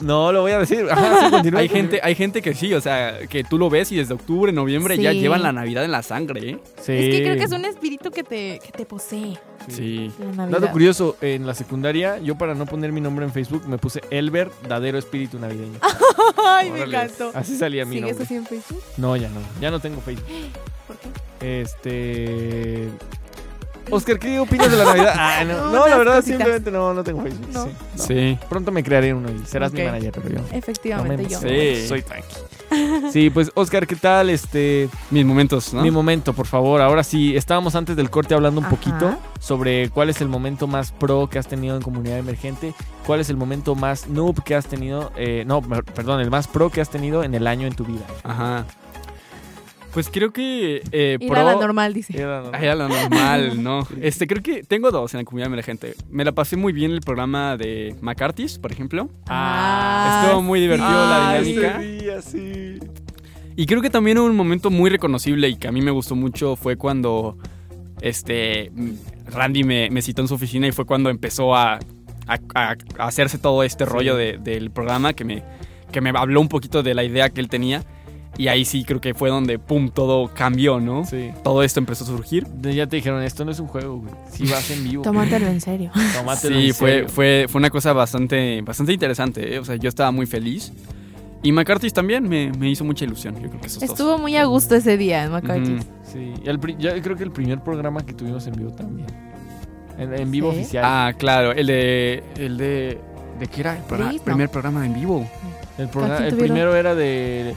[SPEAKER 1] No lo voy a decir. Ajá, sí, continúa.
[SPEAKER 6] hay gente, hay gente que sí, o sea, que tú lo ves y desde octubre, noviembre ya
[SPEAKER 5] Sí.
[SPEAKER 6] llevan la Navidad en la sangre, ¿eh?
[SPEAKER 1] Sí.
[SPEAKER 5] Es que creo que es un espíritu que te, que te posee
[SPEAKER 6] Sí.
[SPEAKER 5] la Navidad.
[SPEAKER 1] Dato curioso, en la secundaria, yo para no poner mi nombre en Facebook me puse Elber, dadero espíritu navideño.
[SPEAKER 5] Ay, me
[SPEAKER 6] Órale.
[SPEAKER 5] encantó.
[SPEAKER 1] Así salía mi
[SPEAKER 5] ¿Sigues
[SPEAKER 1] nombre.
[SPEAKER 5] así en Facebook?
[SPEAKER 1] No, ya no. Ya no tengo Facebook.
[SPEAKER 5] ¿Por qué?
[SPEAKER 1] Este. Oscar, ¿qué opinas de la Navidad? Ah, no,
[SPEAKER 5] No,
[SPEAKER 1] no, la
[SPEAKER 5] unas
[SPEAKER 1] verdad,
[SPEAKER 5] cositas.
[SPEAKER 1] simplemente no, no tengo Facebook.
[SPEAKER 5] No.
[SPEAKER 1] Sí, no.
[SPEAKER 6] Sí.
[SPEAKER 1] Pronto me crearé uno y serás
[SPEAKER 5] Ok.
[SPEAKER 1] mi manager, pero yo. no me
[SPEAKER 5] Efectivamente yo.
[SPEAKER 1] emociono,
[SPEAKER 6] Sí.
[SPEAKER 1] Soy tranqui. Sí, pues Oscar, ¿qué tal? Este,
[SPEAKER 6] Mis momentos, ¿no?
[SPEAKER 1] mi momento, por favor. Ahora sí, estábamos antes del corte hablando un
[SPEAKER 5] Ajá.
[SPEAKER 1] poquito sobre cuál es el momento más pro que has tenido en comunidad emergente, cuál es el momento más noob que has tenido, eh, no, per- perdón, el más pro que has tenido en el año en tu vida.
[SPEAKER 6] Ajá. Pues creo que eh,
[SPEAKER 5] Ir
[SPEAKER 6] pro...
[SPEAKER 5] a la normal, dice.
[SPEAKER 1] Era, ¿no?
[SPEAKER 6] Ay, a la normal, ¿no? Este, creo que tengo dos en la comunidad emergente. Me la pasé muy bien en el programa de McCarthy's, por ejemplo.
[SPEAKER 1] Ah,
[SPEAKER 6] estuvo muy divertido la
[SPEAKER 1] Ay,
[SPEAKER 6] dinámica.
[SPEAKER 1] ese día, Ah, sí.
[SPEAKER 6] Y creo que también un momento muy reconocible y que a mí me gustó mucho fue cuando este Randy me, me citó en su oficina y fue cuando empezó a, a- a- a hacerse todo este rollo de- del programa que me, que me habló un poquito de la idea que él tenía. Y ahí sí creo que fue donde, pum, todo cambió, ¿no?
[SPEAKER 1] Sí.
[SPEAKER 6] Todo esto empezó a surgir.
[SPEAKER 1] Ya te dijeron, esto no es un juego, güey. Si vas en vivo.
[SPEAKER 5] Tómatelo en serio.
[SPEAKER 1] Tómatelo
[SPEAKER 6] Sí,
[SPEAKER 1] en
[SPEAKER 6] fue,
[SPEAKER 1] serio.
[SPEAKER 6] fue, fue una cosa bastante, bastante interesante. ¿eh? O sea, yo estaba muy feliz. Y McCarthy también me, me hizo mucha ilusión. Yo creo que esos dos.
[SPEAKER 5] Estuvo muy a gusto ese día en McCarthy's.
[SPEAKER 6] Ujú.
[SPEAKER 1] Sí, y el pri- yo creo que el primer programa que tuvimos en vivo también. En, en vivo
[SPEAKER 5] Sí.
[SPEAKER 1] oficial.
[SPEAKER 6] Ah, claro, el de. El de. ¿De qué era? El programa-
[SPEAKER 5] Listo.
[SPEAKER 6] primer programa en vivo.
[SPEAKER 1] el programa-
[SPEAKER 5] ¿con quién
[SPEAKER 1] el
[SPEAKER 5] tuvieron?
[SPEAKER 1] primero era de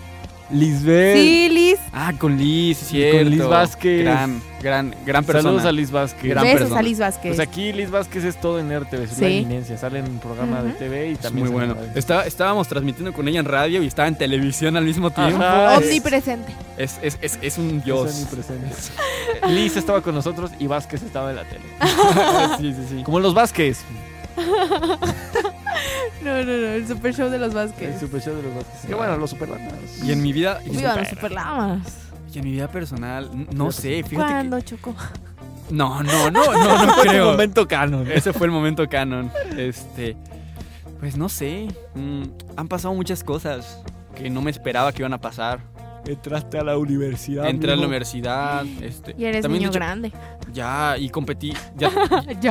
[SPEAKER 1] Lisbeth.
[SPEAKER 5] Sí, Liz.
[SPEAKER 6] Ah, con Liz,
[SPEAKER 1] Y
[SPEAKER 6] es
[SPEAKER 1] con
[SPEAKER 6] cierto.
[SPEAKER 1] Liz Vázquez.
[SPEAKER 6] Gran, gran, gran persona.
[SPEAKER 1] Saludos a Liz Vázquez.
[SPEAKER 6] Gran
[SPEAKER 5] Besos
[SPEAKER 6] persona.
[SPEAKER 5] a Liz Vázquez.
[SPEAKER 1] Pues aquí Liz Vázquez es todo en RTV, es una
[SPEAKER 5] Sí.
[SPEAKER 1] eminencia. Sale en un programa de
[SPEAKER 5] Ujú.
[SPEAKER 1] TV y
[SPEAKER 6] Es
[SPEAKER 1] también.
[SPEAKER 6] muy
[SPEAKER 1] sale en
[SPEAKER 6] bueno.
[SPEAKER 1] radio.
[SPEAKER 6] Estaba- estábamos transmitiendo con ella en radio y estaba en televisión al mismo tiempo.
[SPEAKER 1] Ajá.
[SPEAKER 5] Omnipresente.
[SPEAKER 6] Es, es, es, es un
[SPEAKER 1] Es
[SPEAKER 6] dios.
[SPEAKER 1] omnipresente. Liz estaba con nosotros y Vázquez estaba en la tele.
[SPEAKER 6] sí, sí, sí.
[SPEAKER 1] Como los Vázquez.
[SPEAKER 5] No, no, no. El super show de los
[SPEAKER 1] El
[SPEAKER 5] Vázquez.
[SPEAKER 1] super show de los Vázquez. Qué bueno, los superlamas.
[SPEAKER 6] Y en mi vida. Y,
[SPEAKER 5] Viva los
[SPEAKER 6] super-
[SPEAKER 5] superlamas.
[SPEAKER 6] y en mi vida personal, n- no sé, fíjate que-
[SPEAKER 5] ¿Cuándo, Choco?
[SPEAKER 6] No, no, no, no, no
[SPEAKER 1] el
[SPEAKER 6] creo.
[SPEAKER 1] momento canon.
[SPEAKER 6] Ese fue el momento canon. Este. Pues no sé. mm, han pasado muchas cosas que no me esperaba que iban a pasar.
[SPEAKER 1] Entraste a la universidad.
[SPEAKER 6] Entré a la
[SPEAKER 1] amigo.
[SPEAKER 6] universidad. Este,
[SPEAKER 5] Y eres
[SPEAKER 6] también
[SPEAKER 5] niño
[SPEAKER 6] de hecho-
[SPEAKER 5] grande.
[SPEAKER 6] Ya, y competí. Ya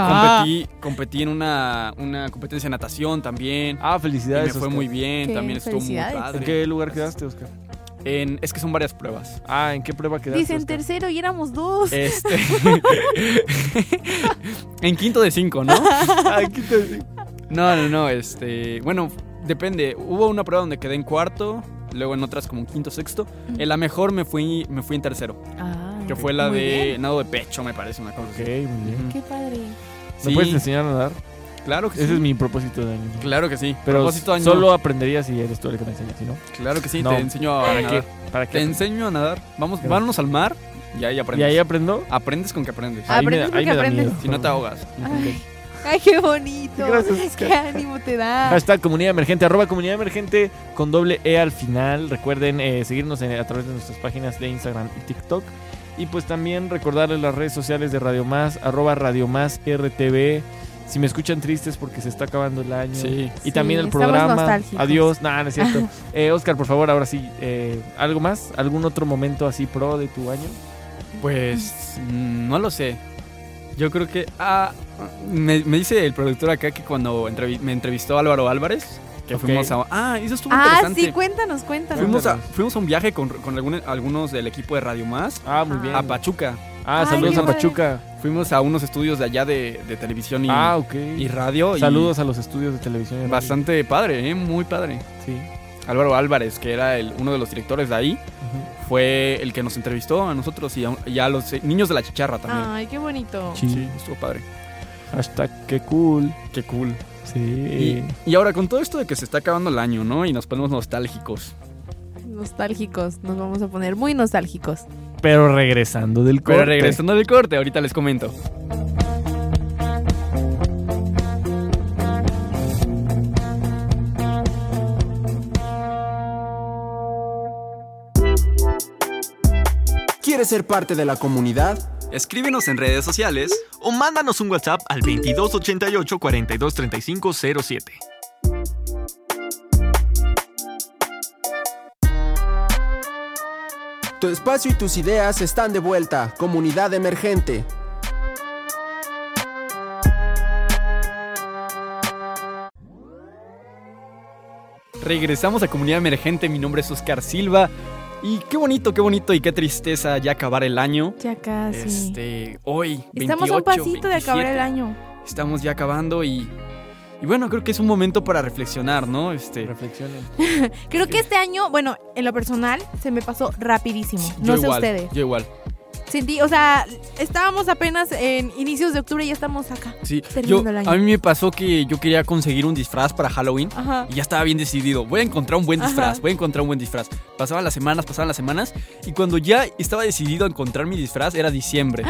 [SPEAKER 6] competí, competí en una, una competencia de natación también.
[SPEAKER 1] Ah,
[SPEAKER 6] y me
[SPEAKER 1] felicidades.
[SPEAKER 6] fue
[SPEAKER 1] Oscar.
[SPEAKER 6] muy bien.
[SPEAKER 5] Qué
[SPEAKER 6] También estuvo muy
[SPEAKER 5] felicidades.
[SPEAKER 6] padre.
[SPEAKER 1] ¿En qué lugar quedaste, Oscar?
[SPEAKER 6] En- es que son varias pruebas.
[SPEAKER 1] Ah, ¿en qué prueba quedaste?
[SPEAKER 5] Dicen
[SPEAKER 1] Oscar?
[SPEAKER 5] tercero y éramos dos.
[SPEAKER 6] Este. en quinto de cinco, ¿no?
[SPEAKER 1] Ay, quítate.
[SPEAKER 6] No, no, no, este. Bueno, depende. Hubo una prueba donde quedé en cuarto, luego en otras como en quinto, sexto. En la mejor me fui, me fui en tercero,
[SPEAKER 5] Ay,
[SPEAKER 6] que fue la
[SPEAKER 5] muy
[SPEAKER 6] de
[SPEAKER 5] bien.
[SPEAKER 6] nado de pecho, me parece una cosa.
[SPEAKER 1] Ok,
[SPEAKER 6] así.
[SPEAKER 1] muy bien.
[SPEAKER 6] Ujú.
[SPEAKER 5] Qué padre.
[SPEAKER 1] ¿Me
[SPEAKER 6] Sí,
[SPEAKER 1] puedes enseñar a nadar?
[SPEAKER 6] Claro que sí.
[SPEAKER 1] Ese es mi propósito de año.
[SPEAKER 6] Claro que sí.
[SPEAKER 1] Pero
[SPEAKER 6] Propósito año-
[SPEAKER 1] solo aprenderías si eres tú el que me enseñas, ¿sí, ¿no?
[SPEAKER 6] Claro que sí,
[SPEAKER 1] No.
[SPEAKER 6] te enseño a nadar.
[SPEAKER 1] ¿Para
[SPEAKER 6] Te
[SPEAKER 1] qué?
[SPEAKER 6] enseño a nadar. Vamos,
[SPEAKER 1] Claro.
[SPEAKER 6] vámonos al mar y ahí
[SPEAKER 1] ¿Y
[SPEAKER 6] aprendes.
[SPEAKER 1] ahí aprendo?
[SPEAKER 6] Aprendes con que aprendes.
[SPEAKER 1] Ahí me-
[SPEAKER 5] Aprendes
[SPEAKER 1] ahí
[SPEAKER 5] porque
[SPEAKER 1] me da
[SPEAKER 5] aprendes.
[SPEAKER 1] miedo.
[SPEAKER 6] Si no te ahogas.
[SPEAKER 5] Ay, ay, qué bonito.
[SPEAKER 1] Gracias, Oscar.
[SPEAKER 5] Qué ánimo te da.
[SPEAKER 1] Hashtag comunidad emergente, arroba comunidad emergente con doble E al final. Recuerden eh, seguirnos en- a través de nuestras páginas de Instagram y TikTok. Y pues también recordarles las redes sociales de Radio Más, arroba Radio Más RTV. Si me escuchan tristes porque se está acabando el año.
[SPEAKER 6] Sí.
[SPEAKER 1] Y también
[SPEAKER 5] Sí,
[SPEAKER 1] el
[SPEAKER 5] estamos
[SPEAKER 1] programa.
[SPEAKER 5] nostálgicos.
[SPEAKER 1] Adiós. Nada, no es cierto. Eh, Oscar, por favor, ahora sí, eh, ¿algo más? ¿Algún otro momento así pro de tu año?
[SPEAKER 6] Pues mm, no lo sé. Yo creo que. ah, me, me dice el productor acá que cuando entrevi- me entrevistó Álvaro Álvarez, que
[SPEAKER 1] Ok.
[SPEAKER 6] fuimos a. Ah, eso estuvo
[SPEAKER 5] Ah,
[SPEAKER 6] interesante.
[SPEAKER 5] sí, cuéntanos, cuéntanos.
[SPEAKER 6] fuimos, a,
[SPEAKER 1] Cuéntanos.
[SPEAKER 6] fuimos a un viaje con, con alguna- algunos del equipo de Radio Más
[SPEAKER 1] Ah, muy bien.
[SPEAKER 6] a Pachuca.
[SPEAKER 1] Ah,
[SPEAKER 5] Ay,
[SPEAKER 1] saludos
[SPEAKER 5] qué
[SPEAKER 1] a
[SPEAKER 5] padre.
[SPEAKER 1] Pachuca.
[SPEAKER 6] Fuimos a unos estudios de allá de, de televisión y,
[SPEAKER 1] Ah, ok.
[SPEAKER 6] y radio. y
[SPEAKER 1] saludos a los estudios de televisión. y radio.
[SPEAKER 6] Bastante padre, ¿eh? muy padre.
[SPEAKER 1] Sí.
[SPEAKER 6] Álvaro Álvarez, que era el- uno de los directores de ahí,
[SPEAKER 1] Ujú.
[SPEAKER 6] fue el que nos entrevistó a nosotros y a, y a los eh, niños de la chicharra también.
[SPEAKER 5] Ay, qué bonito.
[SPEAKER 6] Sí, estuvo padre.
[SPEAKER 1] Hashtag qué cool.
[SPEAKER 6] Qué cool.
[SPEAKER 1] Sí.
[SPEAKER 6] Y, y ahora, con todo esto de que se está acabando el año, ¿no? Y nos ponemos nostálgicos.
[SPEAKER 5] Nostálgicos, nos vamos a poner muy nostálgicos.
[SPEAKER 1] Pero regresando del corte.
[SPEAKER 6] Pero regresando del corte, ahorita les comento.
[SPEAKER 3] ¿Quieres ser parte de la comunidad?
[SPEAKER 2] Escríbenos en redes sociales o mándanos un WhatsApp al 2288 4235 07.
[SPEAKER 3] Tu espacio y tus ideas están de vuelta. Comunidad emergente.
[SPEAKER 6] Regresamos a Comunidad Emergente, mi nombre es Oscar Silva. Y qué bonito, qué bonito y qué tristeza ya acabar el año.
[SPEAKER 5] Ya casi.
[SPEAKER 6] Este, hoy,
[SPEAKER 5] Estamos a un
[SPEAKER 6] 28,
[SPEAKER 5] pasito de acabar
[SPEAKER 6] 27,
[SPEAKER 5] el año.
[SPEAKER 6] Estamos ya acabando y Y bueno, creo que es un momento para reflexionar, ¿no? Este,
[SPEAKER 1] Reflexionen.
[SPEAKER 5] Creo que este año, bueno, en lo personal, se me pasó rapidísimo. No
[SPEAKER 6] yo
[SPEAKER 5] sé
[SPEAKER 6] igual,
[SPEAKER 5] ustedes.
[SPEAKER 6] Yo igual.
[SPEAKER 5] Sentí, o sea, estábamos apenas en inicios de octubre y ya estamos acá.
[SPEAKER 6] Sí, yo,
[SPEAKER 5] Terminando el año.
[SPEAKER 6] a mí me pasó que yo quería conseguir un disfraz para Halloween
[SPEAKER 5] Ajá.
[SPEAKER 6] y ya estaba bien decidido. Voy a encontrar un buen disfraz,
[SPEAKER 5] Ajá.
[SPEAKER 6] voy a encontrar un buen disfraz. Pasaban las semanas, pasaban las semanas y cuando ya estaba decidido a encontrar mi disfraz era diciembre.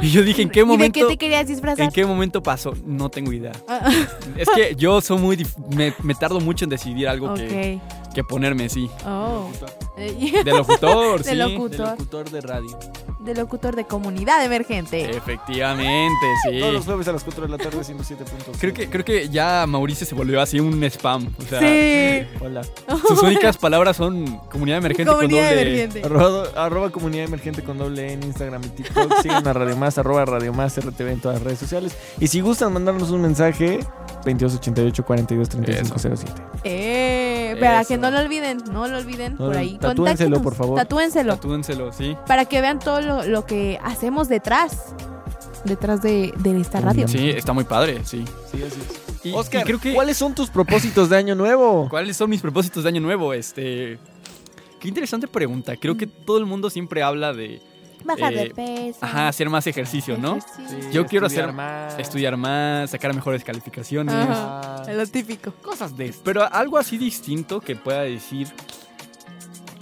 [SPEAKER 6] Y yo dije, ¿en qué
[SPEAKER 5] ¿Y
[SPEAKER 6] momento?
[SPEAKER 5] de qué te querías disfrazar?
[SPEAKER 6] ¿En qué momento pasó? No tengo idea.
[SPEAKER 5] Ah,
[SPEAKER 6] Es que yo soy muy... dif- Me, me tardo mucho en decidir algo
[SPEAKER 5] ok.
[SPEAKER 6] que, que ponerme, sí.
[SPEAKER 5] Oh.
[SPEAKER 6] De locutor, sí.
[SPEAKER 5] De locutor.
[SPEAKER 1] Locutor de radio.
[SPEAKER 5] De locutor de comunidad
[SPEAKER 6] Eh,
[SPEAKER 5] emergente.
[SPEAKER 6] Efectivamente, sí.
[SPEAKER 1] Todos los jueves a las 4 de la tarde, 107.5.
[SPEAKER 6] Creo que, creo que ya Mauricio se volvió así un spam. O sea,
[SPEAKER 5] Sí.
[SPEAKER 1] Hola.
[SPEAKER 6] sus únicas palabras son comunidad emergente
[SPEAKER 5] comunidad
[SPEAKER 6] con doble. E.
[SPEAKER 5] emergente.
[SPEAKER 1] Arroba, arroba comunidad emergente con doble E en Instagram y TikTok. Sigan a Radio Más, arroba Radio Más RTV en todas las redes sociales. Y si gustan mandarnos un mensaje, 2288 42 3507.
[SPEAKER 5] Eh, para
[SPEAKER 6] Eso.
[SPEAKER 5] que no lo olviden, no lo olviden
[SPEAKER 1] No,
[SPEAKER 5] por ahí.
[SPEAKER 1] tatúenselo,
[SPEAKER 5] Contáctenos,
[SPEAKER 1] por favor.
[SPEAKER 5] Tatúenselo.
[SPEAKER 6] Tatúenselo, sí.
[SPEAKER 5] para que vean todo lo, lo que hacemos detrás. Detrás de, de esta radio.
[SPEAKER 6] Sí, está muy padre, sí.
[SPEAKER 1] Sí, así es.
[SPEAKER 6] Y,
[SPEAKER 1] Oscar,
[SPEAKER 6] y creo que,
[SPEAKER 1] ¿cuáles son tus propósitos de año nuevo?
[SPEAKER 6] ¿cuáles son mis propósitos de año nuevo? Este, qué interesante pregunta. Creo que todo el mundo siempre habla de,
[SPEAKER 5] Bajar de
[SPEAKER 6] Eh,
[SPEAKER 5] peso.
[SPEAKER 6] ajá, hacer más ejercicio, ¿no?
[SPEAKER 5] ejercicio.
[SPEAKER 6] Yo quiero hacer-
[SPEAKER 1] más.
[SPEAKER 6] Estudiar más, sacar mejores calificaciones.
[SPEAKER 5] Ajá.
[SPEAKER 1] Ah,
[SPEAKER 5] Lo típico.
[SPEAKER 1] Cosas de esto.
[SPEAKER 6] Pero algo así distinto que pueda decir.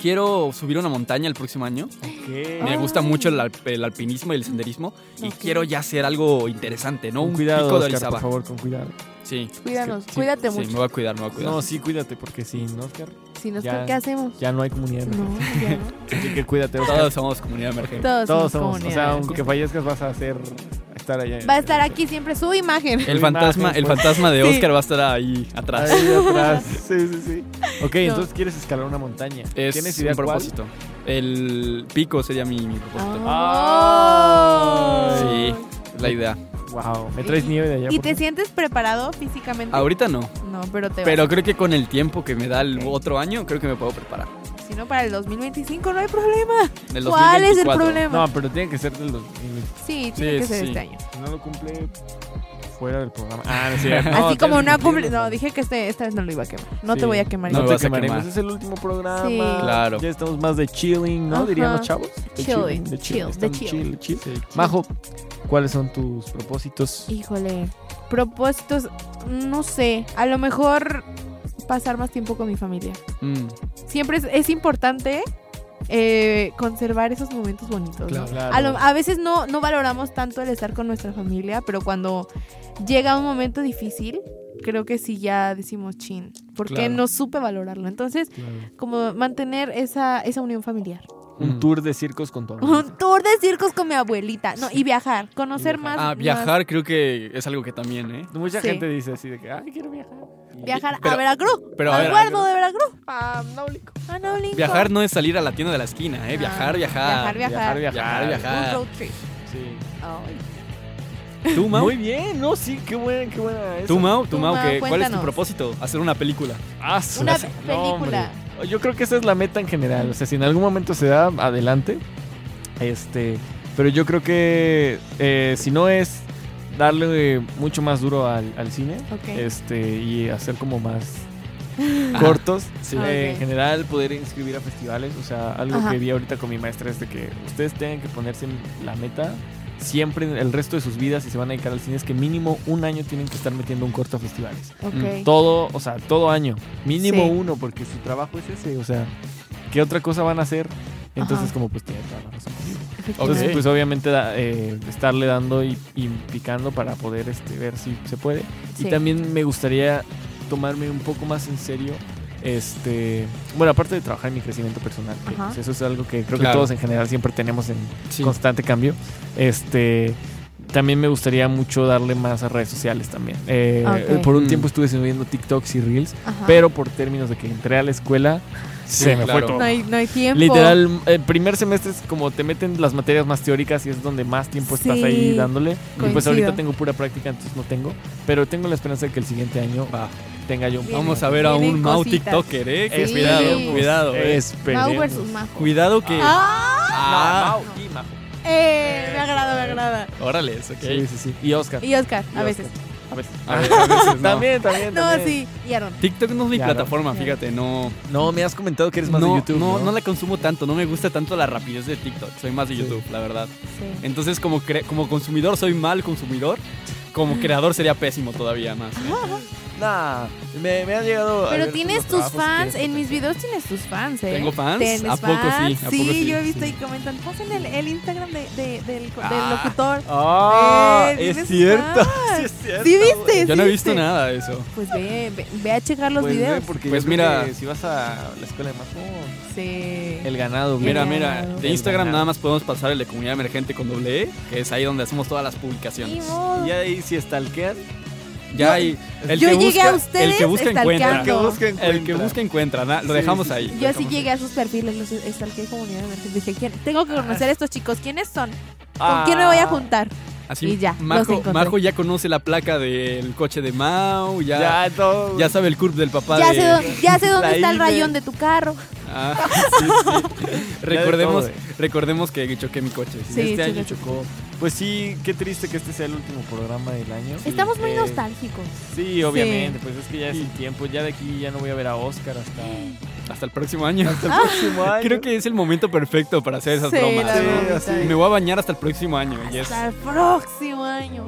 [SPEAKER 6] Quiero subir una montaña el próximo año. Me gusta
[SPEAKER 5] Ay.
[SPEAKER 6] mucho el, alp- el alpinismo y el senderismo. Y
[SPEAKER 5] Ah. Ok.
[SPEAKER 6] quiero ya hacer algo interesante, ¿no?
[SPEAKER 1] Con
[SPEAKER 6] Un
[SPEAKER 1] cuidado,
[SPEAKER 6] pico de
[SPEAKER 1] Oscar, por
[SPEAKER 6] Orizaba.
[SPEAKER 1] favor, con cuidado.
[SPEAKER 6] Sí.
[SPEAKER 5] Cuídanos,
[SPEAKER 6] Sí,
[SPEAKER 5] cuídate
[SPEAKER 6] sí,
[SPEAKER 5] mucho.
[SPEAKER 6] me voy a cuidar, me voy a cuidar.
[SPEAKER 1] No, sí, cuídate, porque sin Oscar
[SPEAKER 5] Si nos
[SPEAKER 1] Ya.
[SPEAKER 5] ¿qué hacemos?
[SPEAKER 1] ya no hay comunidad
[SPEAKER 5] No,
[SPEAKER 1] emergente.
[SPEAKER 5] ya no.
[SPEAKER 1] Así que cuídate, Oscar.
[SPEAKER 6] Todos somos comunidad emergente.
[SPEAKER 5] Todos,
[SPEAKER 1] Todos
[SPEAKER 5] somos
[SPEAKER 1] somos. O sea,
[SPEAKER 5] comunidad.
[SPEAKER 1] aunque fallezcas, vas a hacer. Estar allá.
[SPEAKER 5] Va a estar aquí siempre su imagen.
[SPEAKER 6] El fantasma, el fantasma de
[SPEAKER 5] Sí.
[SPEAKER 6] Oscar va a estar ahí atrás.
[SPEAKER 1] pues. Ahí atrás. Sí, sí, sí. Ok,
[SPEAKER 5] No.
[SPEAKER 1] entonces quieres escalar una montaña.
[SPEAKER 6] Es
[SPEAKER 1] ¿Tienes idea
[SPEAKER 6] un
[SPEAKER 1] cuál?
[SPEAKER 6] propósito. El pico sería mi, mi propósito.
[SPEAKER 5] Oh.
[SPEAKER 6] Sí, es la idea.
[SPEAKER 1] Wow, me traes nieve de allá.
[SPEAKER 5] ¿Y
[SPEAKER 1] por
[SPEAKER 5] te
[SPEAKER 1] favor?
[SPEAKER 5] sientes preparado físicamente?
[SPEAKER 6] Ahorita no,
[SPEAKER 5] No, pero te
[SPEAKER 6] pero
[SPEAKER 5] vas.
[SPEAKER 6] creo que con el tiempo que me da el otro año, creo que me puedo preparar.
[SPEAKER 5] Si no, para el 2025 no hay problema.
[SPEAKER 6] Del
[SPEAKER 5] ¿Cuál es el
[SPEAKER 6] 2024.
[SPEAKER 5] problema?
[SPEAKER 1] No, pero tiene que ser del 2020.
[SPEAKER 5] Sí, tiene que
[SPEAKER 6] sí,
[SPEAKER 5] ser
[SPEAKER 6] sí.
[SPEAKER 5] este año.
[SPEAKER 1] Si no lo cumple fuera del programa. Ah, no es cierto.
[SPEAKER 5] Así
[SPEAKER 1] tienes
[SPEAKER 5] como
[SPEAKER 1] que
[SPEAKER 5] no ha
[SPEAKER 1] cumplirlo,
[SPEAKER 5] cumplido. No, dije que este, esta vez no lo iba a quemar. No
[SPEAKER 1] Sí.
[SPEAKER 5] te voy a quemar.
[SPEAKER 6] No
[SPEAKER 1] No
[SPEAKER 6] me
[SPEAKER 1] te
[SPEAKER 6] vas a
[SPEAKER 1] quemaremos.
[SPEAKER 6] quemar.
[SPEAKER 1] Es el último programa.
[SPEAKER 5] Sí.
[SPEAKER 6] Claro.
[SPEAKER 1] Ya estamos más de chilling, ¿no?
[SPEAKER 5] Ajá.
[SPEAKER 1] Dirían los chavos. De
[SPEAKER 5] Chilling,
[SPEAKER 1] de
[SPEAKER 5] chill, de
[SPEAKER 1] Estamos
[SPEAKER 5] chill.
[SPEAKER 1] chill, chill. Majo, ¿cuáles son tus propósitos?
[SPEAKER 5] Híjole. Propósitos, no sé. A lo mejor pasar más tiempo con mi familia.
[SPEAKER 6] Mm,
[SPEAKER 5] Siempre es, es importante eh, conservar esos momentos bonitos. ¿no?
[SPEAKER 1] Claro.
[SPEAKER 5] A, lo- a veces no, no valoramos tanto el estar con nuestra familia, pero cuando llega un momento difícil, creo que sí ya decimos chin, porque
[SPEAKER 6] Claro.
[SPEAKER 5] no supe valorarlo. Entonces,
[SPEAKER 1] Claro.
[SPEAKER 5] como mantener esa, esa unión familiar.
[SPEAKER 1] Un
[SPEAKER 6] Mm.
[SPEAKER 1] tour de circos con tu abuelita.
[SPEAKER 5] Un tour de circos con mi abuelita. No, y viajar, conocer
[SPEAKER 1] Y viajar.
[SPEAKER 5] más.
[SPEAKER 6] Ah,
[SPEAKER 5] más-
[SPEAKER 6] viajar creo que es algo que también, ¿eh?
[SPEAKER 1] Mucha
[SPEAKER 5] Sí.
[SPEAKER 1] gente dice así de que, ay, quiero viajar. Y-
[SPEAKER 5] Viajar
[SPEAKER 6] Pero-
[SPEAKER 5] a Veracruz.
[SPEAKER 6] pero a
[SPEAKER 5] al
[SPEAKER 6] ver,
[SPEAKER 5] Guardo de Veracruz. A Naulico. A Naulico.
[SPEAKER 6] Viajar no es salir a la tienda de la esquina, ¿eh?
[SPEAKER 5] Ah,
[SPEAKER 6] Viajar,
[SPEAKER 5] Viajar,
[SPEAKER 6] viajar.
[SPEAKER 1] Viajar,
[SPEAKER 5] viajar.
[SPEAKER 1] viajar.
[SPEAKER 6] Viajar,
[SPEAKER 5] Un
[SPEAKER 6] viajar.
[SPEAKER 5] road trip.
[SPEAKER 1] Sí.
[SPEAKER 5] Ay.
[SPEAKER 6] ¿Tú, Mau?
[SPEAKER 1] Muy bien, no, sí, qué buena, qué buena. esa.
[SPEAKER 6] ¿Tú, Mau?
[SPEAKER 5] Tú,
[SPEAKER 6] ¿Tú, Mau?
[SPEAKER 5] Mau,
[SPEAKER 6] ¿qué- ¿Cuál es tu
[SPEAKER 5] cuéntanos.
[SPEAKER 6] propósito? Hacer una película.
[SPEAKER 1] Ah, su-
[SPEAKER 5] Una
[SPEAKER 1] no,
[SPEAKER 5] película.
[SPEAKER 1] hombre. Yo creo que esa es la meta en general. O sea, si en algún momento se da, adelante. Este, pero yo creo que eh, si no es darle eh, mucho más duro al, al cine
[SPEAKER 5] Ok.
[SPEAKER 1] este y hacer como más
[SPEAKER 6] Ajá.
[SPEAKER 1] cortos
[SPEAKER 6] Sí.
[SPEAKER 1] eh,
[SPEAKER 5] Ah, ok.
[SPEAKER 1] en general poder inscribir a festivales o sea algo
[SPEAKER 5] Ajá.
[SPEAKER 1] que vi ahorita con mi maestra es de que ustedes tengan que ponerse en la meta siempre en el resto de sus vidas si se van a dedicar al cine es que mínimo un año tienen que estar metiendo un corto a festivales
[SPEAKER 5] Ok.
[SPEAKER 1] todo, o sea, todo año. Mínimo
[SPEAKER 5] Sí.
[SPEAKER 1] uno, porque su trabajo es ese. O sea, ¿qué otra cosa van a hacer? Entonces,
[SPEAKER 5] Ajá.
[SPEAKER 1] como pues tiene toda la razón. Entonces,
[SPEAKER 5] Efectivamente.
[SPEAKER 1] pues obviamente da- eh, estarle dando y, y picando para poder este, ver si se puede.
[SPEAKER 5] Sí.
[SPEAKER 1] Y también me gustaría tomarme un poco más en serio. Este, bueno, aparte de trabajar en mi crecimiento personal, que,
[SPEAKER 5] Ajá.
[SPEAKER 1] pues, eso es algo que creo que
[SPEAKER 6] Claro.
[SPEAKER 1] todos en general siempre tenemos en
[SPEAKER 6] Sí.
[SPEAKER 1] constante cambio. Este, también me gustaría mucho darle más a redes sociales también. Eh,
[SPEAKER 5] Ok. Ah.
[SPEAKER 1] Por un
[SPEAKER 6] Mm.
[SPEAKER 1] tiempo estuve subiendo TikToks y Reels,
[SPEAKER 5] Ajá.
[SPEAKER 1] pero por términos de que entré a la escuela, se me
[SPEAKER 6] claro.
[SPEAKER 1] fue todo.
[SPEAKER 5] No hay, no hay tiempo.
[SPEAKER 1] Literal, el primer semestre es como te meten las materias más teóricas y es donde más tiempo estás
[SPEAKER 5] Sí,
[SPEAKER 1] ahí dándole. Y pues
[SPEAKER 5] coincido.
[SPEAKER 1] ahorita tengo pura práctica, entonces no tengo. Pero tengo la esperanza de que el siguiente año
[SPEAKER 6] Va.
[SPEAKER 1] tenga yo un
[SPEAKER 5] Bien.
[SPEAKER 6] Vamos a ver a
[SPEAKER 5] Vienen
[SPEAKER 6] un Mau
[SPEAKER 5] cositas.
[SPEAKER 6] TikToker, ¿eh? Que
[SPEAKER 5] Sí.
[SPEAKER 6] Cuidado, cuidado. eh.
[SPEAKER 1] Esperemos.
[SPEAKER 5] Mau versus Majo.
[SPEAKER 6] Cuidado que.
[SPEAKER 5] ¡Ah!
[SPEAKER 6] Ah,
[SPEAKER 1] No, Mau y Majo.
[SPEAKER 5] Eh, me agrada, me agrada.
[SPEAKER 6] órale, ok.
[SPEAKER 1] Sí, sí, sí. Y Oscar. Pues
[SPEAKER 5] Y Oscar,
[SPEAKER 1] Y
[SPEAKER 5] a veces.
[SPEAKER 1] Oscar.
[SPEAKER 6] A veces. A veces, a veces no.
[SPEAKER 1] También, también,
[SPEAKER 5] No,
[SPEAKER 1] también.
[SPEAKER 5] sí, y Aaron.
[SPEAKER 6] TikTok no es mi
[SPEAKER 1] Ya, no.
[SPEAKER 6] plataforma, fíjate, no.
[SPEAKER 1] No, me has comentado que eres más
[SPEAKER 6] no,
[SPEAKER 1] de YouTube.
[SPEAKER 6] no, no la consumo tanto, no me gusta tanto la rapidez de TikTok. Soy más de
[SPEAKER 1] Sí.
[SPEAKER 6] YouTube, la verdad.
[SPEAKER 5] Sí.
[SPEAKER 6] Entonces, como, cre- como consumidor, soy mal consumidor. Como creador sería pésimo todavía más.
[SPEAKER 1] Nah, me, me han llegado. a
[SPEAKER 5] Pero
[SPEAKER 1] ver
[SPEAKER 5] tienes
[SPEAKER 1] los
[SPEAKER 5] tus
[SPEAKER 1] trabajos que
[SPEAKER 5] fans,
[SPEAKER 1] tienes.
[SPEAKER 5] en mis videos tienes tus fans, ¿eh?
[SPEAKER 6] ¿Tengo fans?
[SPEAKER 5] ¿Tienes
[SPEAKER 6] ¿A poco sí?
[SPEAKER 5] fans?
[SPEAKER 6] ¿A
[SPEAKER 5] sí,
[SPEAKER 6] poco sí?
[SPEAKER 5] yo he visto y comentan, pasen el, el Instagram de- de- del, co- del
[SPEAKER 6] Ah.
[SPEAKER 5] locutor.
[SPEAKER 1] Ah,
[SPEAKER 5] Eh,
[SPEAKER 1] es
[SPEAKER 5] ¿tienes
[SPEAKER 1] cierto.
[SPEAKER 5] fans?
[SPEAKER 1] Sí, es cierto.
[SPEAKER 5] ¿Sí viste?
[SPEAKER 6] Yo
[SPEAKER 5] ¿Ah, ¿Sí
[SPEAKER 6] no he visto
[SPEAKER 5] viste?
[SPEAKER 6] nada de eso.
[SPEAKER 5] Pues ve, ve, ve a checar los
[SPEAKER 1] Pues ve,
[SPEAKER 5] videos.
[SPEAKER 1] porque
[SPEAKER 6] Pues
[SPEAKER 1] yo creo
[SPEAKER 6] mira-
[SPEAKER 1] que si vas a la escuela de Majo,
[SPEAKER 5] Sí.
[SPEAKER 1] el ganado.
[SPEAKER 6] Mira,
[SPEAKER 1] güey.
[SPEAKER 6] mira,
[SPEAKER 5] Claro.
[SPEAKER 6] de Instagram nada más podemos pasar el de comunidad emergente con doble E, que es ahí donde hacemos todas las
[SPEAKER 5] Ni
[SPEAKER 6] publicaciones.
[SPEAKER 5] modo.
[SPEAKER 1] Y ahí si estalquean,
[SPEAKER 6] Ya hay. El
[SPEAKER 5] yo
[SPEAKER 6] que
[SPEAKER 5] llegué
[SPEAKER 6] busca,
[SPEAKER 5] a ustedes
[SPEAKER 6] El que busca encuentra.
[SPEAKER 1] el que
[SPEAKER 5] No.
[SPEAKER 1] busca encuentra.
[SPEAKER 6] El que busca encuentra, na- lo
[SPEAKER 1] Sí,
[SPEAKER 6] dejamos
[SPEAKER 1] sí, sí.
[SPEAKER 6] ahí.
[SPEAKER 5] Yo así llegué a sus perfiles, los estalqué comunidad emergente. Dije, ¿quién? Tengo
[SPEAKER 6] Ah.
[SPEAKER 5] que conocer a estos chicos. ¿Quiénes son? ¿Con quién me voy a juntar?
[SPEAKER 6] Así,
[SPEAKER 5] Y ya, los
[SPEAKER 6] Majo,
[SPEAKER 5] encontré.
[SPEAKER 6] Majo ya conoce la placa del coche de Mau, ya, ya,
[SPEAKER 1] Ya, todo.
[SPEAKER 6] sabe el curb del papá
[SPEAKER 5] Ya
[SPEAKER 6] de...
[SPEAKER 5] sé, dó- ya sé dónde
[SPEAKER 1] la
[SPEAKER 5] está el
[SPEAKER 1] Ibe.
[SPEAKER 5] rayón de tu carro.
[SPEAKER 6] Ah, sí, sí. recordemos,
[SPEAKER 1] todo, eh.
[SPEAKER 6] recordemos que choqué mi coche. sí.
[SPEAKER 5] Sí,
[SPEAKER 1] este año
[SPEAKER 5] chicas.
[SPEAKER 1] chocó. Pues sí, qué triste que este sea el último programa del año.
[SPEAKER 5] Estamos muy
[SPEAKER 1] Eh,
[SPEAKER 5] nostálgicos.
[SPEAKER 1] Sí, obviamente, pues es que ya es el tiempo. Ya de aquí ya no voy a ver a Oscar hasta
[SPEAKER 6] Hasta el próximo año.
[SPEAKER 1] el próximo año.
[SPEAKER 6] Creo que es el momento perfecto para hacer esas
[SPEAKER 5] Sí,
[SPEAKER 6] bromas.
[SPEAKER 5] la
[SPEAKER 6] ¿no?
[SPEAKER 1] verdad,
[SPEAKER 6] Así,
[SPEAKER 5] sí.
[SPEAKER 6] Me voy a bañar hasta el próximo año. y es-
[SPEAKER 5] Hasta el próximo año.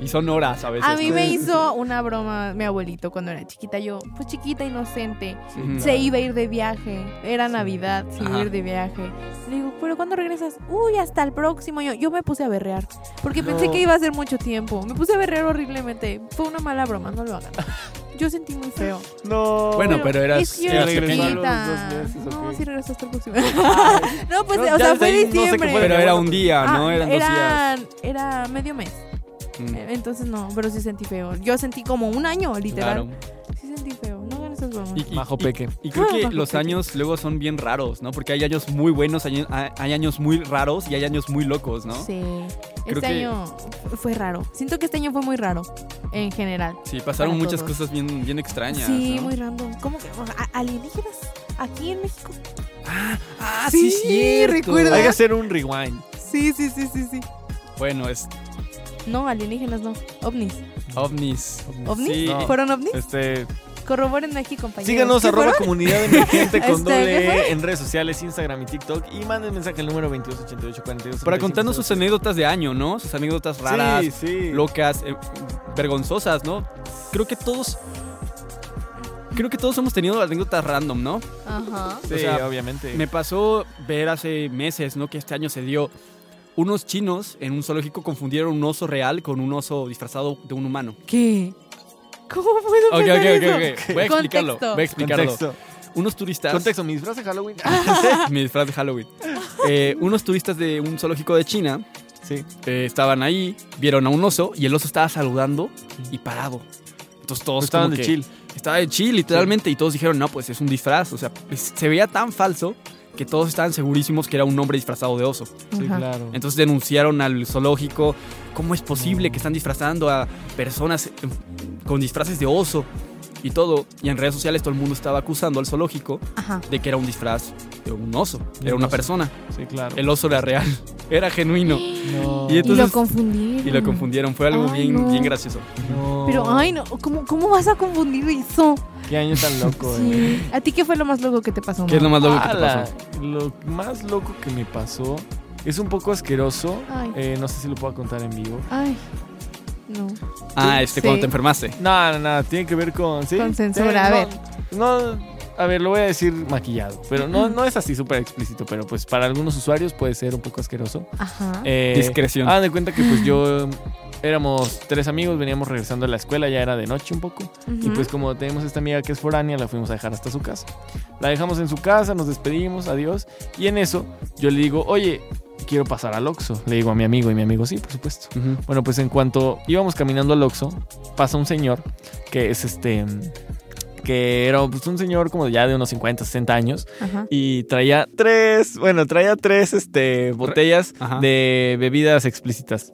[SPEAKER 6] y son horas a veces.
[SPEAKER 5] A mí
[SPEAKER 6] ¿no?
[SPEAKER 5] me hizo una broma mi abuelito cuando era chiquita. Yo, pues chiquita, inocente.
[SPEAKER 6] Ujú.
[SPEAKER 5] Se iba a ir de viaje. Era Navidad, se iba
[SPEAKER 6] Mm. Ajá.
[SPEAKER 5] a ir de viaje. Le digo, ¿pero cuándo regresas? Uy, hasta el próximo año. Yo me puse a berrear. Porque pensé que iba a ser mucho tiempo. Me puse a berrear horriblemente. Fue una mala broma, no lo hagan. Yo sentí muy feo.
[SPEAKER 1] No.
[SPEAKER 6] Bueno, pero eras-
[SPEAKER 5] es que yo
[SPEAKER 6] eras
[SPEAKER 5] era
[SPEAKER 1] pequeña.
[SPEAKER 5] chiquita.
[SPEAKER 1] Regresó a los dos meses,
[SPEAKER 5] No,
[SPEAKER 1] ¿o qué?
[SPEAKER 5] sí regresó hasta el próximo. no, pues,
[SPEAKER 1] No,
[SPEAKER 5] o
[SPEAKER 1] ya
[SPEAKER 5] sea,
[SPEAKER 1] desde
[SPEAKER 5] fue
[SPEAKER 1] ahí no sé qué
[SPEAKER 5] diciembre.
[SPEAKER 1] fue.
[SPEAKER 6] Pero era un día,
[SPEAKER 5] Ah,
[SPEAKER 6] ¿no? Eran dos días.
[SPEAKER 5] eran- Era medio mes.
[SPEAKER 6] Mm,
[SPEAKER 5] Eh, Entonces no, pero sí sentí feo. Yo sentí como un año, literal.
[SPEAKER 6] claro.
[SPEAKER 5] Sí sentí feo. No hagan esas bromas.
[SPEAKER 6] Y- y-
[SPEAKER 1] Majo
[SPEAKER 6] y-
[SPEAKER 1] Peque.
[SPEAKER 6] Y creo
[SPEAKER 5] Ah,
[SPEAKER 6] que
[SPEAKER 5] bajo
[SPEAKER 6] los
[SPEAKER 5] techo.
[SPEAKER 6] años luego son bien raros, ¿no? Porque hay años muy buenos, hay, hay años muy raros y hay años muy locos, ¿no?
[SPEAKER 5] Sí.
[SPEAKER 6] Creo
[SPEAKER 5] este
[SPEAKER 6] que-
[SPEAKER 5] año fue raro. Siento que este año fue muy raro, en general.
[SPEAKER 6] Sí, pasaron
[SPEAKER 5] Para
[SPEAKER 6] muchas
[SPEAKER 5] todos.
[SPEAKER 6] cosas bien, bien extrañas.
[SPEAKER 5] sí,
[SPEAKER 6] ¿no?
[SPEAKER 5] muy random. ¿Cómo que? o sea, a- alienígenas. Aquí en México.
[SPEAKER 6] Ah,
[SPEAKER 5] Sí,
[SPEAKER 6] cierto.
[SPEAKER 5] recuerda.
[SPEAKER 1] Hay que hacer un rewind.
[SPEAKER 5] Sí, sí, sí, sí, sí.
[SPEAKER 6] Bueno, es
[SPEAKER 5] No, alienígenas no. OVNIs.
[SPEAKER 6] ovnis.
[SPEAKER 5] ¿OVNIs?
[SPEAKER 6] Sí.
[SPEAKER 1] No.
[SPEAKER 5] ¿Fueron ovnis?
[SPEAKER 1] Este,
[SPEAKER 5] Corroboren aquí, compañeros.
[SPEAKER 1] síganos
[SPEAKER 5] ¿Sí
[SPEAKER 1] arroba
[SPEAKER 5] fueron?
[SPEAKER 1] comunidad emergente con
[SPEAKER 5] Este, ¿qué
[SPEAKER 1] doble
[SPEAKER 5] fue?
[SPEAKER 1] E en redes sociales, Instagram y TikTok. Y manden mensaje al número 228842.
[SPEAKER 6] Para contarnos sus anécdotas de año, ¿no? Sus anécdotas raras,
[SPEAKER 1] Sí, sí.
[SPEAKER 6] locas, eh, vergonzosas, ¿no? Creo que todos. Creo que todos hemos tenido anécdotas random, ¿no?
[SPEAKER 5] Ajá.
[SPEAKER 1] Sí,
[SPEAKER 6] o sea,
[SPEAKER 1] obviamente.
[SPEAKER 6] Me pasó ver hace meses, ¿no? Que este año se dio. Unos chinos en un zoológico confundieron un oso real con un oso disfrazado de un humano.
[SPEAKER 5] ¿Qué? ¿Cómo puedo
[SPEAKER 6] Ok, ok,
[SPEAKER 5] pensar
[SPEAKER 6] ok,
[SPEAKER 5] eso?
[SPEAKER 6] ok. Voy a explicarlo.
[SPEAKER 5] Contexto.
[SPEAKER 6] Voy a explicarlo.
[SPEAKER 1] Contexto.
[SPEAKER 6] Unos turistas.
[SPEAKER 1] Contexto, mis frases Halloween.
[SPEAKER 6] Ah. Mi disfraz de Halloween. Eh, unos turistas de un zoológico de China
[SPEAKER 1] sí.
[SPEAKER 6] eh, estaban ahí, vieron a un oso y el oso estaba saludando y parado. Entonces todos
[SPEAKER 1] estaban
[SPEAKER 6] como
[SPEAKER 1] de
[SPEAKER 6] que-
[SPEAKER 1] chill.
[SPEAKER 6] Estaba de chill, literalmente. Y todos dijeron, no, pues es un disfraz. O sea, es- se veía tan falso que todos estaban segurísimos que era un hombre disfrazado de oso.
[SPEAKER 1] Sí,
[SPEAKER 5] Ajá.
[SPEAKER 1] claro.
[SPEAKER 6] Entonces denunciaron al zoológico. ¿Cómo es posible que están disfrazando a personas eh, con disfraces de oso? Y todo. Y en redes sociales todo el mundo estaba acusando al zoológico
[SPEAKER 5] Ajá.
[SPEAKER 6] de que era un disfraz de un oso.
[SPEAKER 1] De
[SPEAKER 6] Era
[SPEAKER 1] un
[SPEAKER 6] una
[SPEAKER 1] oso.
[SPEAKER 6] persona.
[SPEAKER 1] Sí, claro.
[SPEAKER 6] El oso era real. Era genuino.
[SPEAKER 1] No.
[SPEAKER 6] Y
[SPEAKER 5] Y lo
[SPEAKER 6] entonces...
[SPEAKER 5] confundieron.
[SPEAKER 6] Y lo confundieron. Fue algo
[SPEAKER 5] Ay,
[SPEAKER 6] bien,
[SPEAKER 5] no.
[SPEAKER 6] bien gracioso.
[SPEAKER 1] No.
[SPEAKER 5] Pero, ay, no, ¿cómo, cómo vas a confundir eso?
[SPEAKER 1] Qué año tan loco, eh.
[SPEAKER 5] Sí. ¿A ti qué fue lo más loco que te pasó?
[SPEAKER 6] ¿Qué es lo
[SPEAKER 5] Mau?
[SPEAKER 6] más loco que te
[SPEAKER 1] Ala,
[SPEAKER 6] pasó?
[SPEAKER 1] Lo más loco que me pasó es un poco asqueroso.
[SPEAKER 5] Ay.
[SPEAKER 1] Eh, no sé si lo puedo contar en vivo.
[SPEAKER 5] Ay, no.
[SPEAKER 6] Ah, este,
[SPEAKER 5] Sí.
[SPEAKER 6] cuando te enfermaste.
[SPEAKER 1] No, no, no, tiene que ver con. ¿sí?
[SPEAKER 5] Con censura,
[SPEAKER 1] Sí,
[SPEAKER 5] a
[SPEAKER 1] no, No, a ver, lo voy a decir maquillado. Pero no, no es así súper explícito, pero pues para algunos usuarios puede ser un poco asqueroso.
[SPEAKER 5] Ajá.
[SPEAKER 1] Eh,
[SPEAKER 6] Discreción.
[SPEAKER 1] Hagan de cuenta que pues yo. Éramos tres amigos, veníamos regresando a la escuela, ya era de noche un poco. Y
[SPEAKER 5] Ujú.
[SPEAKER 1] pues como tenemos esta amiga que es foránea, la fuimos a dejar hasta su casa. La dejamos en su casa, nos despedimos, adiós. Y en eso yo le digo, oye, quiero pasar al Oxxo. Le digo a mi amigo y mi amigo, sí, por supuesto.
[SPEAKER 6] Ujú.
[SPEAKER 1] Bueno, pues en cuanto íbamos caminando al Oxxo, pasa un señor que es este... Que era pues, un señor como ya de unos 50, 60 años.
[SPEAKER 5] Ajá.
[SPEAKER 1] Y traía tres, bueno, traía tres este, botellas
[SPEAKER 6] Ajá.
[SPEAKER 1] de bebidas explícitas.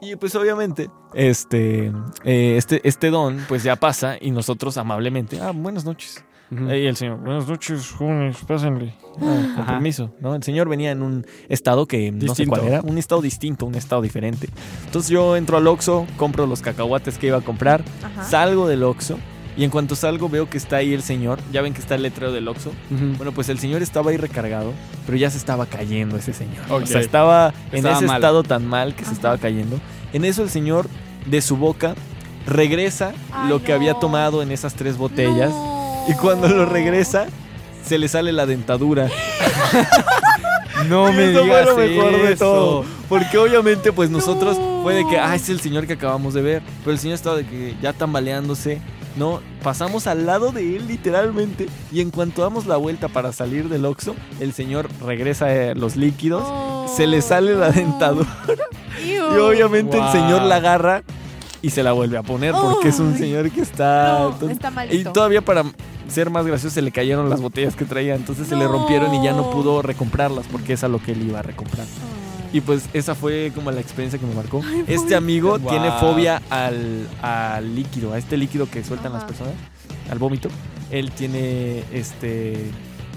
[SPEAKER 1] Y pues obviamente, este, eh, este, este don pues ya pasa y nosotros amablemente, ah, buenas noches. Y el señor, buenas noches, jóvenes, pásenle. Ah, con
[SPEAKER 6] Ajá.
[SPEAKER 1] permiso, ¿no? El señor venía en un estado que no sé
[SPEAKER 6] Distinto.
[SPEAKER 1] cuál era, un estado distinto, un estado diferente. Entonces yo entro al Oxxo, compro los cacahuates que iba a comprar,
[SPEAKER 5] Ajá.
[SPEAKER 1] salgo del Oxxo y en cuanto salgo veo que está ahí el señor, ya ven que está el letrero del Oxxo. Bueno, pues el señor estaba ahí recargado, pero ya se estaba cayendo ese señor. O
[SPEAKER 6] Ok.
[SPEAKER 1] sea, estaba en
[SPEAKER 6] Estaba
[SPEAKER 1] ese
[SPEAKER 6] mal.
[SPEAKER 1] estado tan mal que se
[SPEAKER 5] Ajá.
[SPEAKER 1] estaba cayendo. En eso el señor de su boca regresa
[SPEAKER 5] Ay,
[SPEAKER 1] lo que había
[SPEAKER 5] no.
[SPEAKER 1] tomado en esas tres botellas.
[SPEAKER 5] No.
[SPEAKER 1] Y cuando lo regresa, se le sale la dentadura.
[SPEAKER 6] No
[SPEAKER 1] Y
[SPEAKER 6] me
[SPEAKER 1] eso fue
[SPEAKER 6] digas
[SPEAKER 1] lo mejor de
[SPEAKER 6] eso.
[SPEAKER 1] todo. Porque obviamente, pues nosotros
[SPEAKER 5] No.
[SPEAKER 1] fue de que, ah, es el señor que acabamos de ver. Pero el señor estaba de que ya tambaleándose. No, pasamos al lado de él literalmente. Y en cuanto damos la vuelta para salir del Oxxo, el señor regresa eh, los líquidos.
[SPEAKER 5] No.
[SPEAKER 1] Se le sale la dentadura.
[SPEAKER 5] Ew.
[SPEAKER 1] Y obviamente el
[SPEAKER 6] Wow.
[SPEAKER 1] señor la agarra y se la vuelve a poner. Porque es un
[SPEAKER 5] Ay.
[SPEAKER 1] señor que está...
[SPEAKER 5] No,
[SPEAKER 1] ah, entonces-
[SPEAKER 5] está
[SPEAKER 1] y
[SPEAKER 5] malito.
[SPEAKER 1] todavía para ser más gracioso se le cayeron las botellas que traía, entonces se le
[SPEAKER 5] No.
[SPEAKER 1] rompieron y ya no pudo recomprarlas porque es a lo que él iba a recomprar.
[SPEAKER 5] Ay.
[SPEAKER 1] Y pues esa fue como la experiencia que me marcó.
[SPEAKER 5] Ay,
[SPEAKER 1] este
[SPEAKER 5] pobrecito.
[SPEAKER 1] amigo
[SPEAKER 6] Wow.
[SPEAKER 1] tiene fobia al, al líquido, a este líquido que sueltan las
[SPEAKER 5] Ajá.
[SPEAKER 1] personas, al vómito. Él tiene este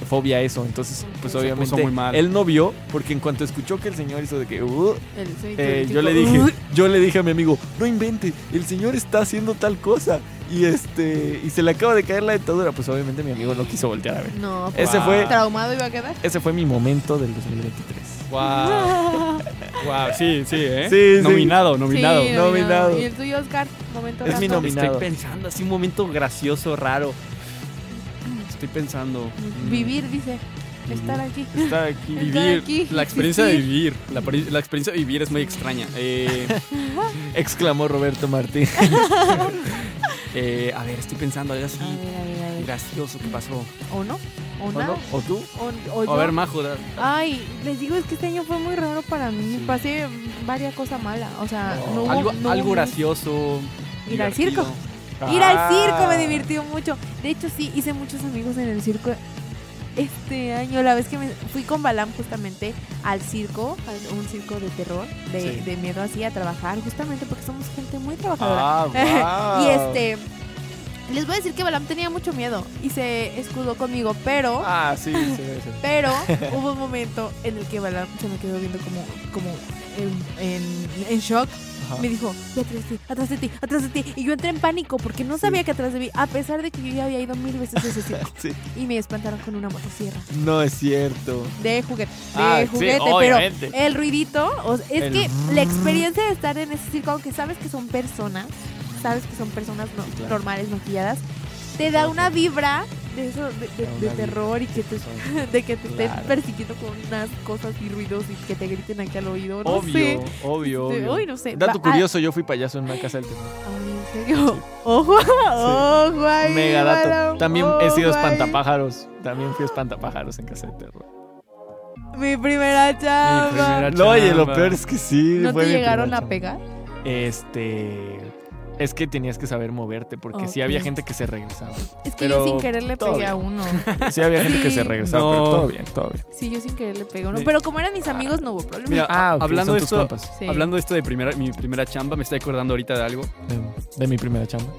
[SPEAKER 1] fobia a eso, entonces pues
[SPEAKER 6] Se puso
[SPEAKER 1] obviamente
[SPEAKER 6] muy mal.
[SPEAKER 1] él no vio porque en cuanto escuchó que el señor hizo de que "Uh",
[SPEAKER 5] El- soy
[SPEAKER 1] eh,
[SPEAKER 5] tu-
[SPEAKER 1] yo
[SPEAKER 5] tu-
[SPEAKER 1] le dije, yo le dije a mi amigo, no invente, el señor está haciendo tal cosa y este y se le acaba de caer la dentadura, pues obviamente mi amigo no quiso voltear a ver.
[SPEAKER 5] No, pues,
[SPEAKER 1] Ese
[SPEAKER 6] Wow.
[SPEAKER 1] fue
[SPEAKER 5] traumado iba a quedar.
[SPEAKER 1] ese fue mi momento del 2023.
[SPEAKER 6] Wow. wow. Sí, sí, ¿eh?
[SPEAKER 1] Sí, sí.
[SPEAKER 6] Nominado, nominado.
[SPEAKER 5] Sí,
[SPEAKER 1] nominado.
[SPEAKER 5] Y el tuyo, Oscar, momento
[SPEAKER 1] Es mi
[SPEAKER 5] grato.
[SPEAKER 1] nomi- nominado.
[SPEAKER 6] Estoy pensando así un momento gracioso, raro. Estoy pensando. mm,
[SPEAKER 5] Vivir, dice. Estar aquí.
[SPEAKER 1] Está aquí.
[SPEAKER 5] Estar
[SPEAKER 6] Vivir.
[SPEAKER 5] aquí,
[SPEAKER 6] La experiencia de
[SPEAKER 5] existir.
[SPEAKER 6] vivir. La, pari- la experiencia de vivir es muy extraña. Eh,
[SPEAKER 1] Exclamó Roberto Martín.
[SPEAKER 6] eh, a ver, estoy pensando algo así
[SPEAKER 5] A ver, a ver, a ver.
[SPEAKER 6] gracioso que pasó.
[SPEAKER 5] ¿O no? ¿O
[SPEAKER 1] ¿O,
[SPEAKER 5] nada?
[SPEAKER 1] no? ¿O tú?
[SPEAKER 5] ¿O, o
[SPEAKER 6] A
[SPEAKER 5] yo?
[SPEAKER 6] ver, Majo. da-
[SPEAKER 5] Ay, les digo, es que este año fue muy raro para mí. Pasé varias cosas malas. O sea, Ah, no hubo-
[SPEAKER 6] algo,
[SPEAKER 5] no
[SPEAKER 6] algo
[SPEAKER 5] hubo-
[SPEAKER 6] gracioso.
[SPEAKER 5] Ir al
[SPEAKER 6] divertido.
[SPEAKER 5] circo. Ir al circo me
[SPEAKER 1] Ah.
[SPEAKER 5] divirtió mucho. De hecho, sí, hice muchos amigos en el circo este año. La vez que me fui con Balam justamente al circo, a un circo de terror, de,
[SPEAKER 6] Sí.
[SPEAKER 5] de miedo así, a trabajar, justamente porque somos gente muy trabajadora.
[SPEAKER 1] Ah,
[SPEAKER 5] y
[SPEAKER 1] wow.
[SPEAKER 5] este, les voy a decir que Balam tenía mucho miedo y se escudó conmigo, pero...
[SPEAKER 1] Ah, sí, sí, sí.
[SPEAKER 5] Pero hubo un momento en el que Balam se me quedó viendo como, como en, en- en shock.
[SPEAKER 1] Ajá.
[SPEAKER 5] Me dijo, "Ve atrás de ti, atrás de ti, atrás de ti. Y yo entré en pánico porque no sabía que atrás de mí, a pesar de que yo ya había ido mil veces a ese circo.
[SPEAKER 1] Sí.
[SPEAKER 5] Y me espantaron con una motosierra
[SPEAKER 1] No es cierto.
[SPEAKER 5] de juguete. De
[SPEAKER 1] Ah, sí,
[SPEAKER 5] juguete,
[SPEAKER 1] obviamente.
[SPEAKER 5] pero el ruidito, o sea, es
[SPEAKER 1] El
[SPEAKER 5] que la experiencia de estar en ese circo, aunque sabes que son personas, sabes que son personas no- normales, maquilladas, te da una vibra de eso, de, de- de
[SPEAKER 1] Una
[SPEAKER 5] terror y que te de que te
[SPEAKER 1] Claro.
[SPEAKER 5] estén persiguiendo con unas cosas y ruidos y que te griten aquí al oído. No
[SPEAKER 1] obvio,
[SPEAKER 5] sé.
[SPEAKER 1] obvio,
[SPEAKER 5] Este,
[SPEAKER 1] obvio.
[SPEAKER 5] uy, no sé.
[SPEAKER 1] Dato
[SPEAKER 5] Va-
[SPEAKER 1] curioso, yo fui payaso en una casa del terror.
[SPEAKER 5] Ay, ¿En serio? Oh, Ojo, ojo, ahí,
[SPEAKER 1] Mega dato.
[SPEAKER 5] Balam,
[SPEAKER 1] También he sido
[SPEAKER 5] ojo ahí.
[SPEAKER 1] espantapájaros. También fui espantapájaros en casa de terror.
[SPEAKER 5] Mi primera chamba.
[SPEAKER 6] primera
[SPEAKER 1] No, oye, lo
[SPEAKER 6] chamba.
[SPEAKER 1] peor es que sí.
[SPEAKER 5] Ah, ¿No
[SPEAKER 1] fue
[SPEAKER 5] te
[SPEAKER 1] mi
[SPEAKER 5] llegaron
[SPEAKER 1] primera
[SPEAKER 5] a
[SPEAKER 1] chamba.
[SPEAKER 5] pegar?
[SPEAKER 1] Este. Es que tenías que saber moverte, porque sí
[SPEAKER 5] Ok.
[SPEAKER 1] había gente que se regresaba.
[SPEAKER 5] Es que
[SPEAKER 1] Pero
[SPEAKER 5] yo sin querer le
[SPEAKER 1] todo
[SPEAKER 5] pegué
[SPEAKER 1] bien.
[SPEAKER 5] a uno.
[SPEAKER 1] Sí había gente que se
[SPEAKER 5] Sí.
[SPEAKER 1] regresaba,
[SPEAKER 6] No.
[SPEAKER 1] pero todo bien, todo bien.
[SPEAKER 5] Sí, yo sin querer le pegué a uno.
[SPEAKER 6] Sí.
[SPEAKER 5] Pero como eran mis amigos, no hubo problema.
[SPEAKER 6] Mira,
[SPEAKER 1] Ah, ok,
[SPEAKER 6] hablando,
[SPEAKER 1] son
[SPEAKER 6] de
[SPEAKER 1] tus
[SPEAKER 6] esto,
[SPEAKER 1] compas.
[SPEAKER 5] Sí.
[SPEAKER 6] hablando de esto de primera, mi primera chamba, me estoy acordando ahorita de algo.
[SPEAKER 1] De, de mi primera chamba.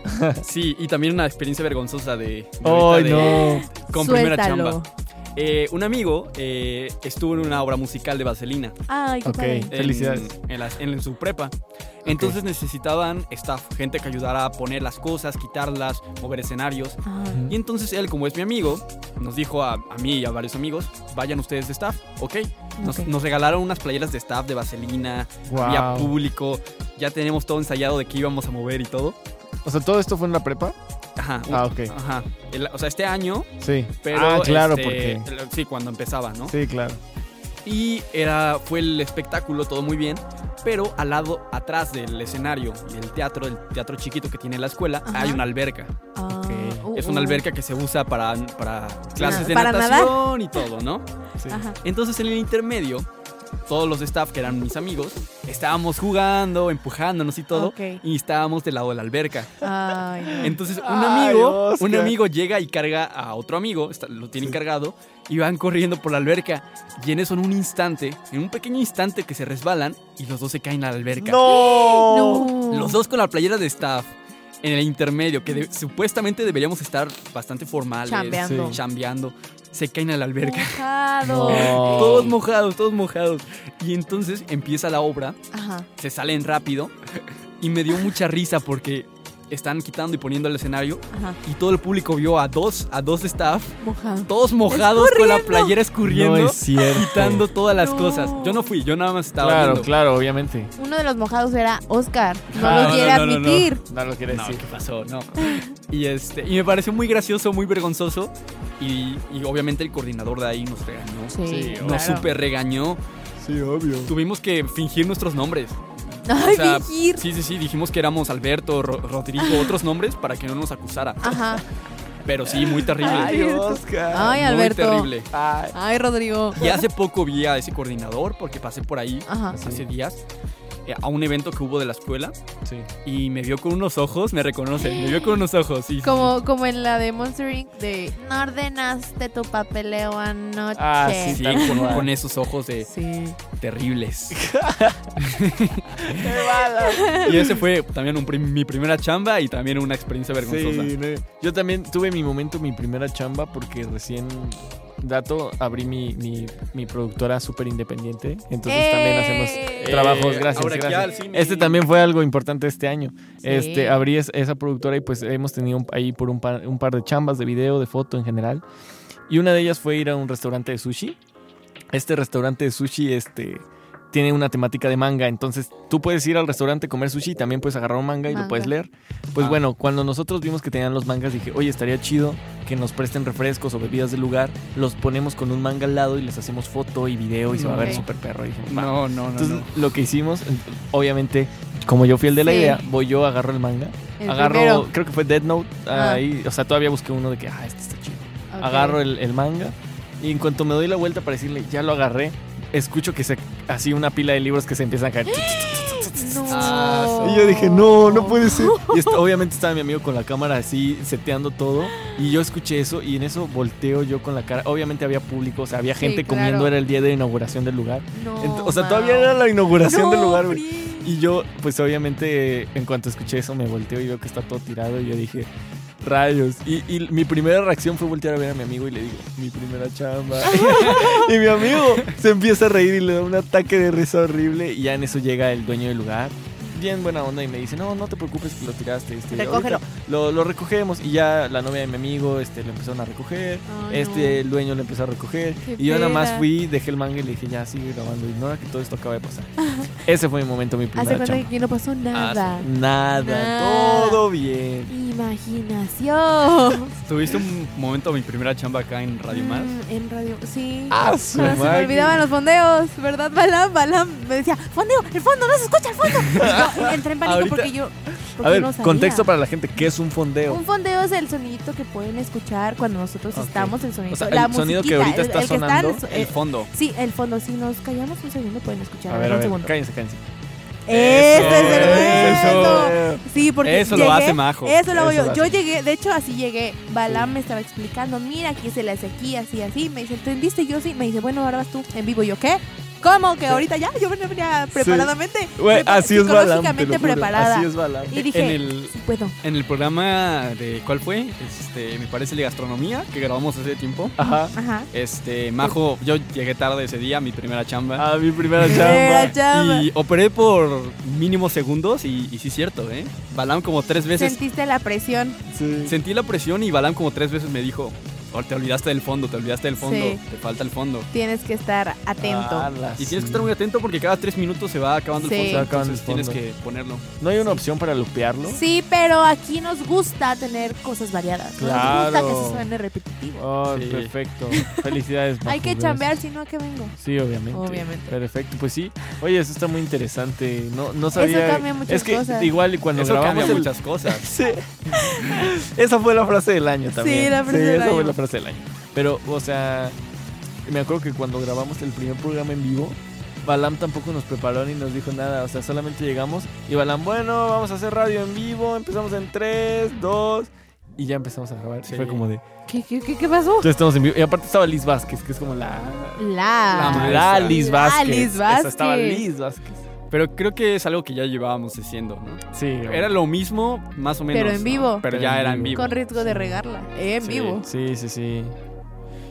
[SPEAKER 6] Sí, y también una experiencia vergonzosa de. de
[SPEAKER 1] ¡Ay,
[SPEAKER 6] ahorita de-
[SPEAKER 1] no!
[SPEAKER 6] Con primera
[SPEAKER 5] Suéltalo.
[SPEAKER 6] chamba. Eh, un amigo eh, estuvo en una obra musical de Vaselina.
[SPEAKER 5] Ay, qué
[SPEAKER 1] Ok.
[SPEAKER 5] padre.
[SPEAKER 6] en-
[SPEAKER 1] Felicidades.
[SPEAKER 6] En, las- en- en su prepa. Entonces necesitaban staff, gente que ayudara a poner las cosas, quitarlas, mover escenarios.
[SPEAKER 5] Ah,
[SPEAKER 6] Y entonces él, como es mi amigo, nos dijo a, a mí y a varios amigos, vayan ustedes de staff, ¿ok? Nos,
[SPEAKER 5] ok.
[SPEAKER 6] nos regalaron unas playeras de staff de Vaselina, había
[SPEAKER 1] Wow.
[SPEAKER 6] público, ya tenemos todo ensayado de qué íbamos a mover y todo.
[SPEAKER 1] O sea, ¿todo esto fue en la prepa?
[SPEAKER 6] Ajá.
[SPEAKER 1] Ah, ok.
[SPEAKER 6] Ajá. El- o sea, este año,
[SPEAKER 1] Sí.
[SPEAKER 6] pero...
[SPEAKER 1] ah, claro,
[SPEAKER 6] este,
[SPEAKER 1] porque...
[SPEAKER 6] lo- Sí, cuando empezaba, ¿no?
[SPEAKER 1] Sí, claro.
[SPEAKER 6] Y era, fue el espectáculo, todo muy bien, pero al lado, atrás del escenario y del teatro, el teatro chiquito que tiene la escuela,
[SPEAKER 5] Ajá.
[SPEAKER 6] hay una alberca.
[SPEAKER 5] ah, uh,
[SPEAKER 6] es una
[SPEAKER 5] uh.
[SPEAKER 6] alberca que se usa para, para clases de
[SPEAKER 5] ¿Para nadar?
[SPEAKER 6] natación y todo, ¿no?
[SPEAKER 1] Sí.
[SPEAKER 5] Ajá.
[SPEAKER 6] Entonces en el intermedio, todos los staff que eran mis amigos, estábamos jugando, empujándonos y todo,
[SPEAKER 5] Ok.
[SPEAKER 6] y estábamos del lado de la alberca.
[SPEAKER 5] Ay, no.
[SPEAKER 6] Entonces un
[SPEAKER 1] Ay,
[SPEAKER 6] amigo,
[SPEAKER 1] Oscar.
[SPEAKER 6] un amigo llega y carga a otro amigo, está- lo tienen cargado y van corriendo por la alberca. Y en eso en un instante, en un pequeño instante que se resbalan y los dos se caen a la alberca.
[SPEAKER 1] ¡No!
[SPEAKER 5] No.
[SPEAKER 6] Los dos con la playera de staff. en el intermedio, que de- supuestamente deberíamos estar bastante formales,
[SPEAKER 5] Chambeando.
[SPEAKER 1] Sí.
[SPEAKER 6] chambeando, se caen a la alberca.
[SPEAKER 5] Mojado.
[SPEAKER 1] No.
[SPEAKER 6] Todos mojados, todos mojados. Y entonces empieza la obra,
[SPEAKER 5] Ajá.
[SPEAKER 6] se salen rápido y me dio mucha risa porque están quitando y poniendo el escenario
[SPEAKER 5] Ajá.
[SPEAKER 6] y todo el público vio a dos, a dos staff,
[SPEAKER 5] Mojado.
[SPEAKER 6] todos mojados con la playera escurriendo,
[SPEAKER 1] No es cierto.
[SPEAKER 6] quitando todas las
[SPEAKER 5] No.
[SPEAKER 6] cosas. Yo no fui, yo nada más estaba
[SPEAKER 1] Claro,
[SPEAKER 6] viendo.
[SPEAKER 1] claro, obviamente.
[SPEAKER 5] Uno de los mojados era Oscar. No
[SPEAKER 1] Ah,
[SPEAKER 5] lo
[SPEAKER 1] no,
[SPEAKER 5] quiere
[SPEAKER 6] no, no, no.
[SPEAKER 5] admitir.
[SPEAKER 1] No lo quiere
[SPEAKER 6] No,
[SPEAKER 1] decir.
[SPEAKER 6] ¿qué pasó? No. Y, este, y me pareció muy gracioso, muy vergonzoso. Y, y obviamente el coordinador de ahí nos regañó.
[SPEAKER 5] Sí,
[SPEAKER 6] nos
[SPEAKER 5] claro.
[SPEAKER 6] super regañó.
[SPEAKER 1] Sí, obvio.
[SPEAKER 6] Tuvimos que fingir nuestros nombres.
[SPEAKER 5] Ay,
[SPEAKER 6] O sea,
[SPEAKER 5] fingir.
[SPEAKER 6] Sí, sí, sí. Dijimos que éramos Alberto, Ro- Rodrigo, otros nombres para que no nos acusara.
[SPEAKER 5] Ajá.
[SPEAKER 6] Pero sí, muy terrible.
[SPEAKER 1] Ay, Oscar.
[SPEAKER 5] Ay,
[SPEAKER 6] muy
[SPEAKER 5] Alberto.
[SPEAKER 6] terrible.
[SPEAKER 1] Ay.
[SPEAKER 5] Ay, Rodrigo.
[SPEAKER 6] Y hace poco vi a ese coordinador porque pasé por ahí
[SPEAKER 5] Ajá.
[SPEAKER 6] hace días eh, a un evento que hubo de la escuela
[SPEAKER 1] Sí.
[SPEAKER 6] y me vio con unos ojos, me reconoce, me vio con unos ojos. Y,
[SPEAKER 5] Como, como en la de Monster Inc. de No ordenaste tu papeleo anoche.
[SPEAKER 1] Ah,
[SPEAKER 6] Sí,
[SPEAKER 1] sí.
[SPEAKER 6] con, con esos ojos de
[SPEAKER 5] Sí.
[SPEAKER 6] terribles. Y ese fue también un prim- mi primera chamba y también una experiencia vergonzosa.
[SPEAKER 1] Sí, no. Yo también tuve mi momento, mi primera chamba, porque recién, dato, abrí mi, mi, mi productora súper independiente. Entonces también hacemos
[SPEAKER 5] ¡Eh!
[SPEAKER 1] trabajos,
[SPEAKER 6] Eh,
[SPEAKER 1] gracias.
[SPEAKER 6] ahora aquí
[SPEAKER 1] gracias.
[SPEAKER 6] al cine.
[SPEAKER 1] Este también fue algo importante este año.
[SPEAKER 5] Sí.
[SPEAKER 1] Este, abrí es- esa productora y pues hemos tenido un- ahí por un par, un par de chambas de video, de foto en general. Y una de ellas fue ir a un restaurante de sushi. Este restaurante de sushi, este... Tiene una temática de manga, entonces tú puedes ir al restaurante, comer sushi y también puedes agarrar un manga y lo
[SPEAKER 5] Manga.
[SPEAKER 1] puedes leer. Pues
[SPEAKER 6] Ah.
[SPEAKER 1] bueno, cuando nosotros vimos que tenían los mangas, dije, oye, estaría chido que nos presten refrescos o bebidas del lugar, los ponemos con un manga al lado y les hacemos foto y video y se va a ver
[SPEAKER 5] Ok.
[SPEAKER 1] súper perro. Y dije, "Va".
[SPEAKER 6] No, no, no.
[SPEAKER 1] Entonces
[SPEAKER 6] no.
[SPEAKER 1] lo que hicimos, obviamente, como yo fui el de la
[SPEAKER 5] Sí.
[SPEAKER 1] idea, voy yo, agarro el manga,
[SPEAKER 5] El
[SPEAKER 1] agarro,
[SPEAKER 5] primero.
[SPEAKER 1] creo que fue Dead Note,
[SPEAKER 5] Ah.
[SPEAKER 1] ahí, o sea, todavía busqué uno de que, ah, este está chido.
[SPEAKER 5] Ok.
[SPEAKER 1] Agarro el, el manga y en cuanto me doy la vuelta para decirle, ya lo agarré, escucho que se, así una pila de libros que se empiezan a caer. este
[SPEAKER 5] No.
[SPEAKER 6] Ah,
[SPEAKER 1] Y yo dije, no, no puede ser. Y est- obviamente estaba mi amigo con la cámara así, seteando todo. Y yo escuché eso y en eso volteo yo con la cara. Obviamente había público, o sea, había
[SPEAKER 5] Sí,
[SPEAKER 1] gente
[SPEAKER 5] claro.
[SPEAKER 1] comiendo, era el día de inauguración del lugar.
[SPEAKER 5] No,
[SPEAKER 1] Ent- o sea,
[SPEAKER 5] Mau.
[SPEAKER 1] todavía era la inauguración
[SPEAKER 5] No,
[SPEAKER 1] del lugar, güey.
[SPEAKER 5] Fri.
[SPEAKER 1] Y yo, pues obviamente, en cuanto escuché eso, me volteo y veo que está todo tirado. Y yo dije, rayos. Y, y mi primera reacción fue voltear a ver a mi amigo y le digo, mi primera chamba. y mi amigo se empieza a reír y le da un ataque de risa horrible. Y ya en eso llega el dueño del lugar. Bien buena onda y me dice, no, no te preocupes que lo tiraste. Este,
[SPEAKER 5] Recógelo.
[SPEAKER 1] ahorita Lo, lo recogemos. Y ya la novia de mi amigo este, lo empezaron a recoger.
[SPEAKER 5] Ay,
[SPEAKER 1] este, el dueño lo empezó a recoger.
[SPEAKER 5] Ah, Qué
[SPEAKER 1] y yo nada más
[SPEAKER 5] pena.
[SPEAKER 1] fui, dejé el manga y le dije, ya sigue grabando. Ignora que todo esto acaba de pasar. Ese fue mi momento, mi
[SPEAKER 5] Hace
[SPEAKER 1] primera
[SPEAKER 5] cuenta que
[SPEAKER 1] chamba.
[SPEAKER 5] aquí no pasó nada.
[SPEAKER 1] Nada,
[SPEAKER 5] Nada.
[SPEAKER 1] todo bien.
[SPEAKER 5] Imaginación.
[SPEAKER 6] Tuviste un momento mi primera chamba acá en Radio Más.
[SPEAKER 5] Mm, en radio, sí.
[SPEAKER 1] Ah, su
[SPEAKER 5] Cuando se me
[SPEAKER 1] máquina.
[SPEAKER 5] olvidaban los fondeos, ¿verdad, Balam? Balam me decía, fondeo, el fondo, no se escucha el fondo. Y yo entré en pánico
[SPEAKER 1] Ahorita-
[SPEAKER 5] porque yo. porque
[SPEAKER 1] A ver,
[SPEAKER 5] no sabía.
[SPEAKER 1] contexto para la gente, ¿qué es un fondeo?
[SPEAKER 5] Un fondeo es el sonidito que pueden escuchar cuando nosotros
[SPEAKER 1] Ok.
[SPEAKER 5] estamos, el sonido.
[SPEAKER 1] O sea,
[SPEAKER 5] la
[SPEAKER 1] el sonido que
[SPEAKER 5] musiquita,
[SPEAKER 1] ahorita
[SPEAKER 5] el-
[SPEAKER 1] está
[SPEAKER 5] el que está en
[SPEAKER 1] sonando,
[SPEAKER 5] su-
[SPEAKER 6] El fondo.
[SPEAKER 5] Sí, el fondo. Si nos callamos un segundo, pueden escuchar.
[SPEAKER 1] A ver, a
[SPEAKER 5] un
[SPEAKER 1] ver,
[SPEAKER 5] segundo.
[SPEAKER 1] cállense, cállense.
[SPEAKER 5] ¡Ese es el
[SPEAKER 6] Eso.
[SPEAKER 5] momento! Sí, porque
[SPEAKER 6] Eso lo
[SPEAKER 5] llegué-
[SPEAKER 6] hace Majo.
[SPEAKER 5] Eso lo hago
[SPEAKER 1] Eso
[SPEAKER 5] yo.
[SPEAKER 1] lo
[SPEAKER 5] Yo llegué, de hecho, así llegué. Balam me estaba explicando, mira, aquí se le hace aquí, así, así. Me dice, ¿entendiste? Yo sí. Me dice, bueno, ahora vas tú en vivo. Y yo, ¿qué? ¿Cómo? ¿Que ahorita ya? Yo venía- venía preparadamente.
[SPEAKER 1] Güey,
[SPEAKER 5] prepa-
[SPEAKER 1] así es Balam, te lo
[SPEAKER 5] Psicológicamente
[SPEAKER 1] juro,
[SPEAKER 5] preparada.
[SPEAKER 1] Así es Balam.
[SPEAKER 5] Y dije,
[SPEAKER 6] En el-
[SPEAKER 5] sí puedo.
[SPEAKER 6] En el programa de ¿cuál fue? Este, me parece de gastronomía que grabamos hace tiempo.
[SPEAKER 1] Ajá.
[SPEAKER 5] Ajá.
[SPEAKER 6] Este, Majo, yo llegué tarde ese día, mi primera chamba.
[SPEAKER 1] Ah, mi primera chamba.
[SPEAKER 5] Era chamba.
[SPEAKER 6] Y operé por mínimos segundos y, y sí es cierto, ¿eh? Balam como tres veces.
[SPEAKER 5] Sentiste la presión.
[SPEAKER 1] Sí.
[SPEAKER 6] Sentí la presión y Balam como tres veces me dijo, "Oh, te olvidaste del fondo, te olvidaste del fondo,
[SPEAKER 5] Sí.
[SPEAKER 6] te falta el fondo.
[SPEAKER 5] Tienes que estar atento.
[SPEAKER 1] Ah, la
[SPEAKER 6] Y tienes
[SPEAKER 1] sí.
[SPEAKER 6] que estar muy atento porque cada tres minutos se va acabando
[SPEAKER 5] Sí.
[SPEAKER 6] el fondo.
[SPEAKER 5] Se va
[SPEAKER 1] acabando el
[SPEAKER 6] entonces tienes
[SPEAKER 1] fondo.
[SPEAKER 6] que ponerlo.
[SPEAKER 1] ¿No hay una opción para lupearlo?
[SPEAKER 5] Sí, pero aquí nos gusta tener cosas variadas.
[SPEAKER 1] Claro.
[SPEAKER 5] Nos gusta que se suene repetitivo.
[SPEAKER 1] Oh,
[SPEAKER 6] Sí.
[SPEAKER 1] perfecto. Felicidades,
[SPEAKER 5] Hay
[SPEAKER 1] Majo,
[SPEAKER 5] que
[SPEAKER 1] gracias.
[SPEAKER 5] chambear, si no, ¿a qué vengo?
[SPEAKER 1] Sí, obviamente.
[SPEAKER 5] Obviamente.
[SPEAKER 1] Perfecto, pues sí. Oye, eso está muy interesante. No, no sabía.
[SPEAKER 5] cambia muchas
[SPEAKER 1] es que
[SPEAKER 5] cosas.
[SPEAKER 1] igual cuando
[SPEAKER 6] Eso
[SPEAKER 1] grabamos
[SPEAKER 6] cambia
[SPEAKER 1] el-
[SPEAKER 6] muchas cosas.
[SPEAKER 1] Sí. Esa fue la frase del año también.
[SPEAKER 5] la frase del
[SPEAKER 1] esa
[SPEAKER 5] año.
[SPEAKER 1] fue la frase del año. Pero, o sea, me acuerdo que cuando grabamos el primer programa en vivo, Balam tampoco nos preparó ni nos dijo nada. O sea, solamente llegamos y Balam, bueno, vamos a hacer radio en vivo. Empezamos en 3, 2 y ya empezamos a grabar.
[SPEAKER 6] Sí.
[SPEAKER 1] Fue como de.
[SPEAKER 5] ¿Qué, qué, qué, qué pasó?
[SPEAKER 1] Entonces estamos en vivo. Y aparte estaba Liz Vázquez, que es como la.
[SPEAKER 5] La.
[SPEAKER 6] La
[SPEAKER 1] la Liz
[SPEAKER 5] La
[SPEAKER 1] Vázquez.
[SPEAKER 5] Ah, Liz
[SPEAKER 1] Esa estaba
[SPEAKER 5] Vázquez.
[SPEAKER 1] Liz Vázquez.
[SPEAKER 6] Pero creo que es algo que ya llevábamos haciendo, ¿no?
[SPEAKER 1] Sí,
[SPEAKER 6] Era lo mismo, más o menos.
[SPEAKER 5] Pero en
[SPEAKER 6] ¿no?
[SPEAKER 5] vivo.
[SPEAKER 6] Pero ya era en vivo.
[SPEAKER 5] Con riesgo de regarla. eh, en
[SPEAKER 6] Sí.
[SPEAKER 5] vivo.
[SPEAKER 1] sí, sí, sí.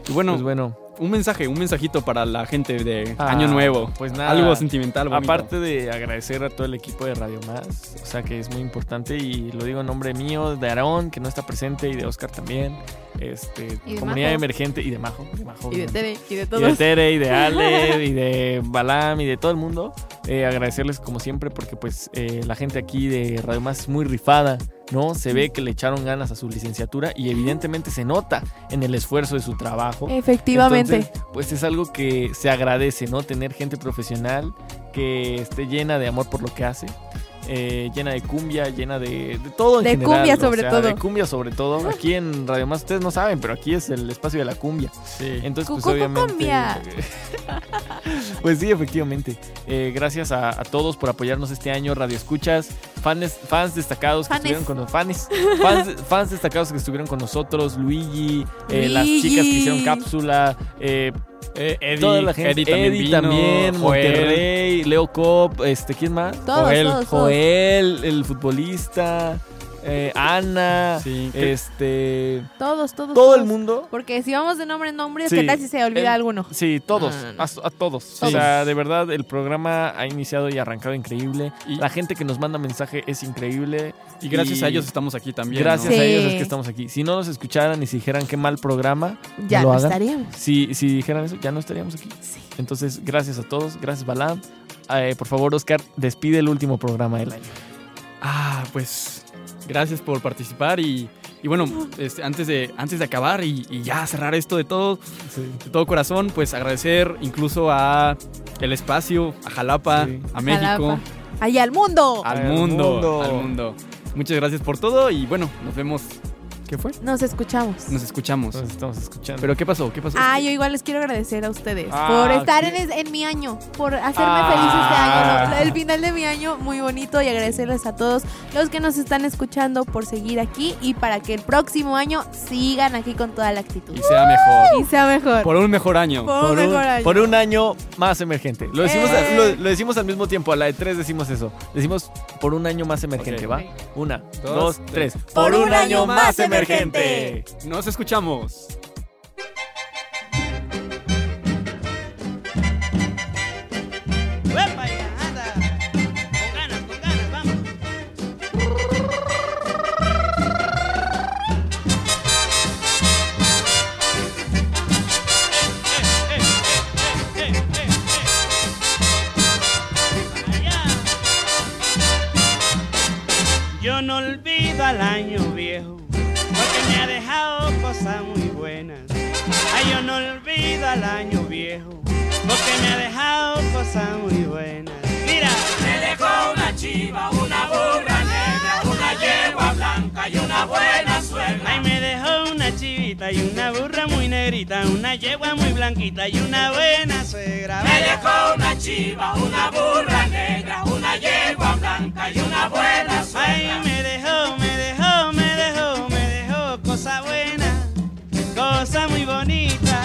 [SPEAKER 6] Y bueno,
[SPEAKER 1] Pues bueno.
[SPEAKER 6] un mensaje, un mensajito para la gente de
[SPEAKER 1] Ah,
[SPEAKER 6] Año Nuevo.
[SPEAKER 1] pues nada.
[SPEAKER 6] Algo sentimental, bonito.
[SPEAKER 1] Aparte de agradecer a todo el equipo de Radio Más, o sea que es muy importante y lo digo en nombre mío, de Aarón, que no está presente, y de Oscar también, este,
[SPEAKER 5] Y de
[SPEAKER 1] Comunidad
[SPEAKER 5] Majo.
[SPEAKER 1] Emergente y de Majo, de Majo,
[SPEAKER 5] Y de
[SPEAKER 1] obviamente.
[SPEAKER 5] Tere, y de
[SPEAKER 1] Y de
[SPEAKER 5] todos.
[SPEAKER 1] Tere, y de Ale, y de Balam, y de todo el mundo. Eh, agradecerles como siempre porque pues eh, la gente aquí de Radio Más es muy rifada, ¿no? Se ve que le echaron ganas a su licenciatura y evidentemente se nota en el esfuerzo de su trabajo.
[SPEAKER 5] Efectivamente.
[SPEAKER 1] Entonces, pues es algo que se agradece, ¿no? Tener gente profesional que esté llena de amor por lo que hace. eh, llena de cumbia, llena de, de todo en
[SPEAKER 5] De
[SPEAKER 1] general,
[SPEAKER 5] cumbia
[SPEAKER 1] o
[SPEAKER 5] sobre
[SPEAKER 1] sea,
[SPEAKER 5] todo.
[SPEAKER 1] De cumbia sobre todo. Aquí en Radio Más ustedes no saben, pero aquí es el espacio de la cumbia.
[SPEAKER 6] Sí.
[SPEAKER 1] Entonces, pues
[SPEAKER 5] Cucucu
[SPEAKER 1] obviamente.
[SPEAKER 5] cumbia.
[SPEAKER 1] pues sí, efectivamente. Eh, gracias a, a todos por apoyarnos este año, Radio Escuchas, fans, fans destacados que
[SPEAKER 5] Fanes.
[SPEAKER 1] estuvieron con nosotros. Fans, fans destacados que estuvieron con nosotros, Luigi, eh, las
[SPEAKER 5] Luigi.
[SPEAKER 1] chicas que hicieron cápsula, eh,
[SPEAKER 6] Eh, Eddie,
[SPEAKER 1] toda la gente.
[SPEAKER 6] Eddie también, vino,
[SPEAKER 1] también,
[SPEAKER 6] Joel.
[SPEAKER 1] Monterrey, Leo Cop, este, ¿quién más?
[SPEAKER 5] Todos,
[SPEAKER 1] Joel,
[SPEAKER 5] todos, todos.
[SPEAKER 1] Joel, el futbolista, eh, Ana,
[SPEAKER 6] Sí, que-
[SPEAKER 1] este,
[SPEAKER 5] Todos, todos.
[SPEAKER 1] todo el
[SPEAKER 5] todos.
[SPEAKER 1] mundo.
[SPEAKER 5] Porque si vamos de nombre en nombre, es
[SPEAKER 1] Sí.
[SPEAKER 5] que tal si se olvida
[SPEAKER 1] El-
[SPEAKER 5] alguno.
[SPEAKER 1] Sí, todos,
[SPEAKER 5] Ah, No, no, no.
[SPEAKER 1] A, a todos. O
[SPEAKER 5] Todos.
[SPEAKER 1] sea, de verdad, el programa ha iniciado y arrancado increíble.
[SPEAKER 6] Y-
[SPEAKER 1] La gente que nos manda mensaje es increíble.
[SPEAKER 6] Y gracias
[SPEAKER 1] Y-
[SPEAKER 6] a ellos estamos aquí también.
[SPEAKER 1] Gracias
[SPEAKER 6] ¿no?
[SPEAKER 1] a
[SPEAKER 5] Sí.
[SPEAKER 1] ellos es que estamos aquí. Si no nos escucharan y si dijeran qué mal programa,
[SPEAKER 5] Ya
[SPEAKER 1] lo
[SPEAKER 5] no
[SPEAKER 1] hagan.
[SPEAKER 5] estaríamos.
[SPEAKER 1] Si, si dijeran eso, ya no estaríamos aquí.
[SPEAKER 5] Sí.
[SPEAKER 1] Entonces, gracias a todos. Gracias, Balam. Eh, por favor, Oscar, despide el último programa del año.
[SPEAKER 6] Ah, pues gracias por participar y, y bueno, este, antes, de, antes de acabar y, y ya cerrar esto de todo, de todo corazón, pues agradecer incluso a el espacio, a Jalapa,
[SPEAKER 1] Sí.
[SPEAKER 6] a México,
[SPEAKER 5] Ahí al mundo.
[SPEAKER 6] al
[SPEAKER 1] Al
[SPEAKER 6] mundo,
[SPEAKER 1] mundo.
[SPEAKER 6] al mundo. Muchas gracias por todo y bueno, nos vemos. ¿Qué fue?
[SPEAKER 5] Nos escuchamos.
[SPEAKER 6] Nos escuchamos.
[SPEAKER 1] Nos estamos escuchando.
[SPEAKER 6] Pero ¿qué pasó? ¿Qué pasó?
[SPEAKER 5] Ah, yo igual les quiero agradecer a ustedes
[SPEAKER 1] Ah,
[SPEAKER 5] por estar en,
[SPEAKER 1] sí.
[SPEAKER 5] es- en mi año, por hacerme
[SPEAKER 1] Ah.
[SPEAKER 5] feliz este año, ¿no? el final de mi año muy bonito y agradecerles a todos los que nos están escuchando por seguir aquí y para que el próximo año sigan aquí con toda la actitud
[SPEAKER 6] Y sea mejor.
[SPEAKER 5] y sea mejor.
[SPEAKER 6] Por un mejor año.
[SPEAKER 5] Por un mejor año.
[SPEAKER 1] por un año más emergente. Lo decimos,
[SPEAKER 5] ¡Eh!
[SPEAKER 1] lo, lo decimos al mismo tiempo. A la de tres decimos eso. Decimos por un año más emergente,
[SPEAKER 6] Ok.
[SPEAKER 1] ¿va? Una, dos,
[SPEAKER 6] Dos,
[SPEAKER 1] tres.
[SPEAKER 5] Por un año más emergente.
[SPEAKER 6] Nos escuchamos.
[SPEAKER 9] Yo no olvido al año viejo, porque me ha dejado cosas muy buenas. Ay, yo no olvido al año viejo, porque me ha dejado cosas muy buenas. Mira, me dejó una chiva, una burra negra, una yegua blanca y una buena suegra. Ay, me dejó una chivita y una burra muy negrita, una yegua muy blanquita y una buena suegra. Me dejó una chiva, una burra negra, una yegua blanca y una buena suegra. Ay, me dejó, me dejó, me dejó, me dejó cosa buena, cosa muy bonita.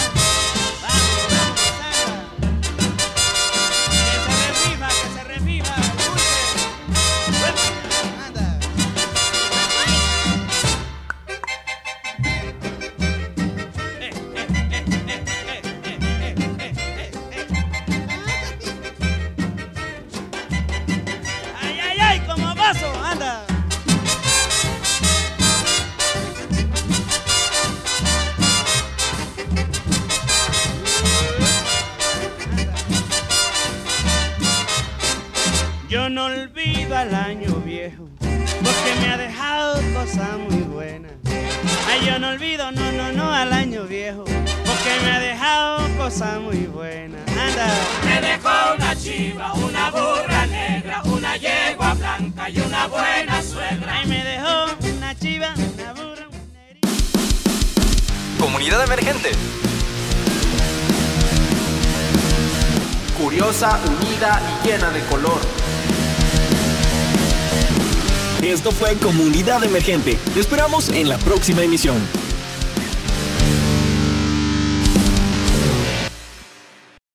[SPEAKER 9] Vamos, vamos, samba. Que se reviva, que se reviva. Dulce. Vuelve, anda. Ay, ay, ay, como vaso, anda. Yo no olvido al año viejo, porque me ha dejado cosas muy buenas. Ay, yo no olvido, no, no, no, al año viejo, porque me ha dejado cosas muy buenas. Anda. Me dejó una chiva, una burra negra, una yegua blanca y una buena suegra. Ay, me dejó una chiva, una burra, una negrita.
[SPEAKER 2] Comunidad emergente.
[SPEAKER 3] Curiosa, unida y llena de color.
[SPEAKER 2] Esto fue Comunidad Emergente. Te esperamos en la próxima emisión.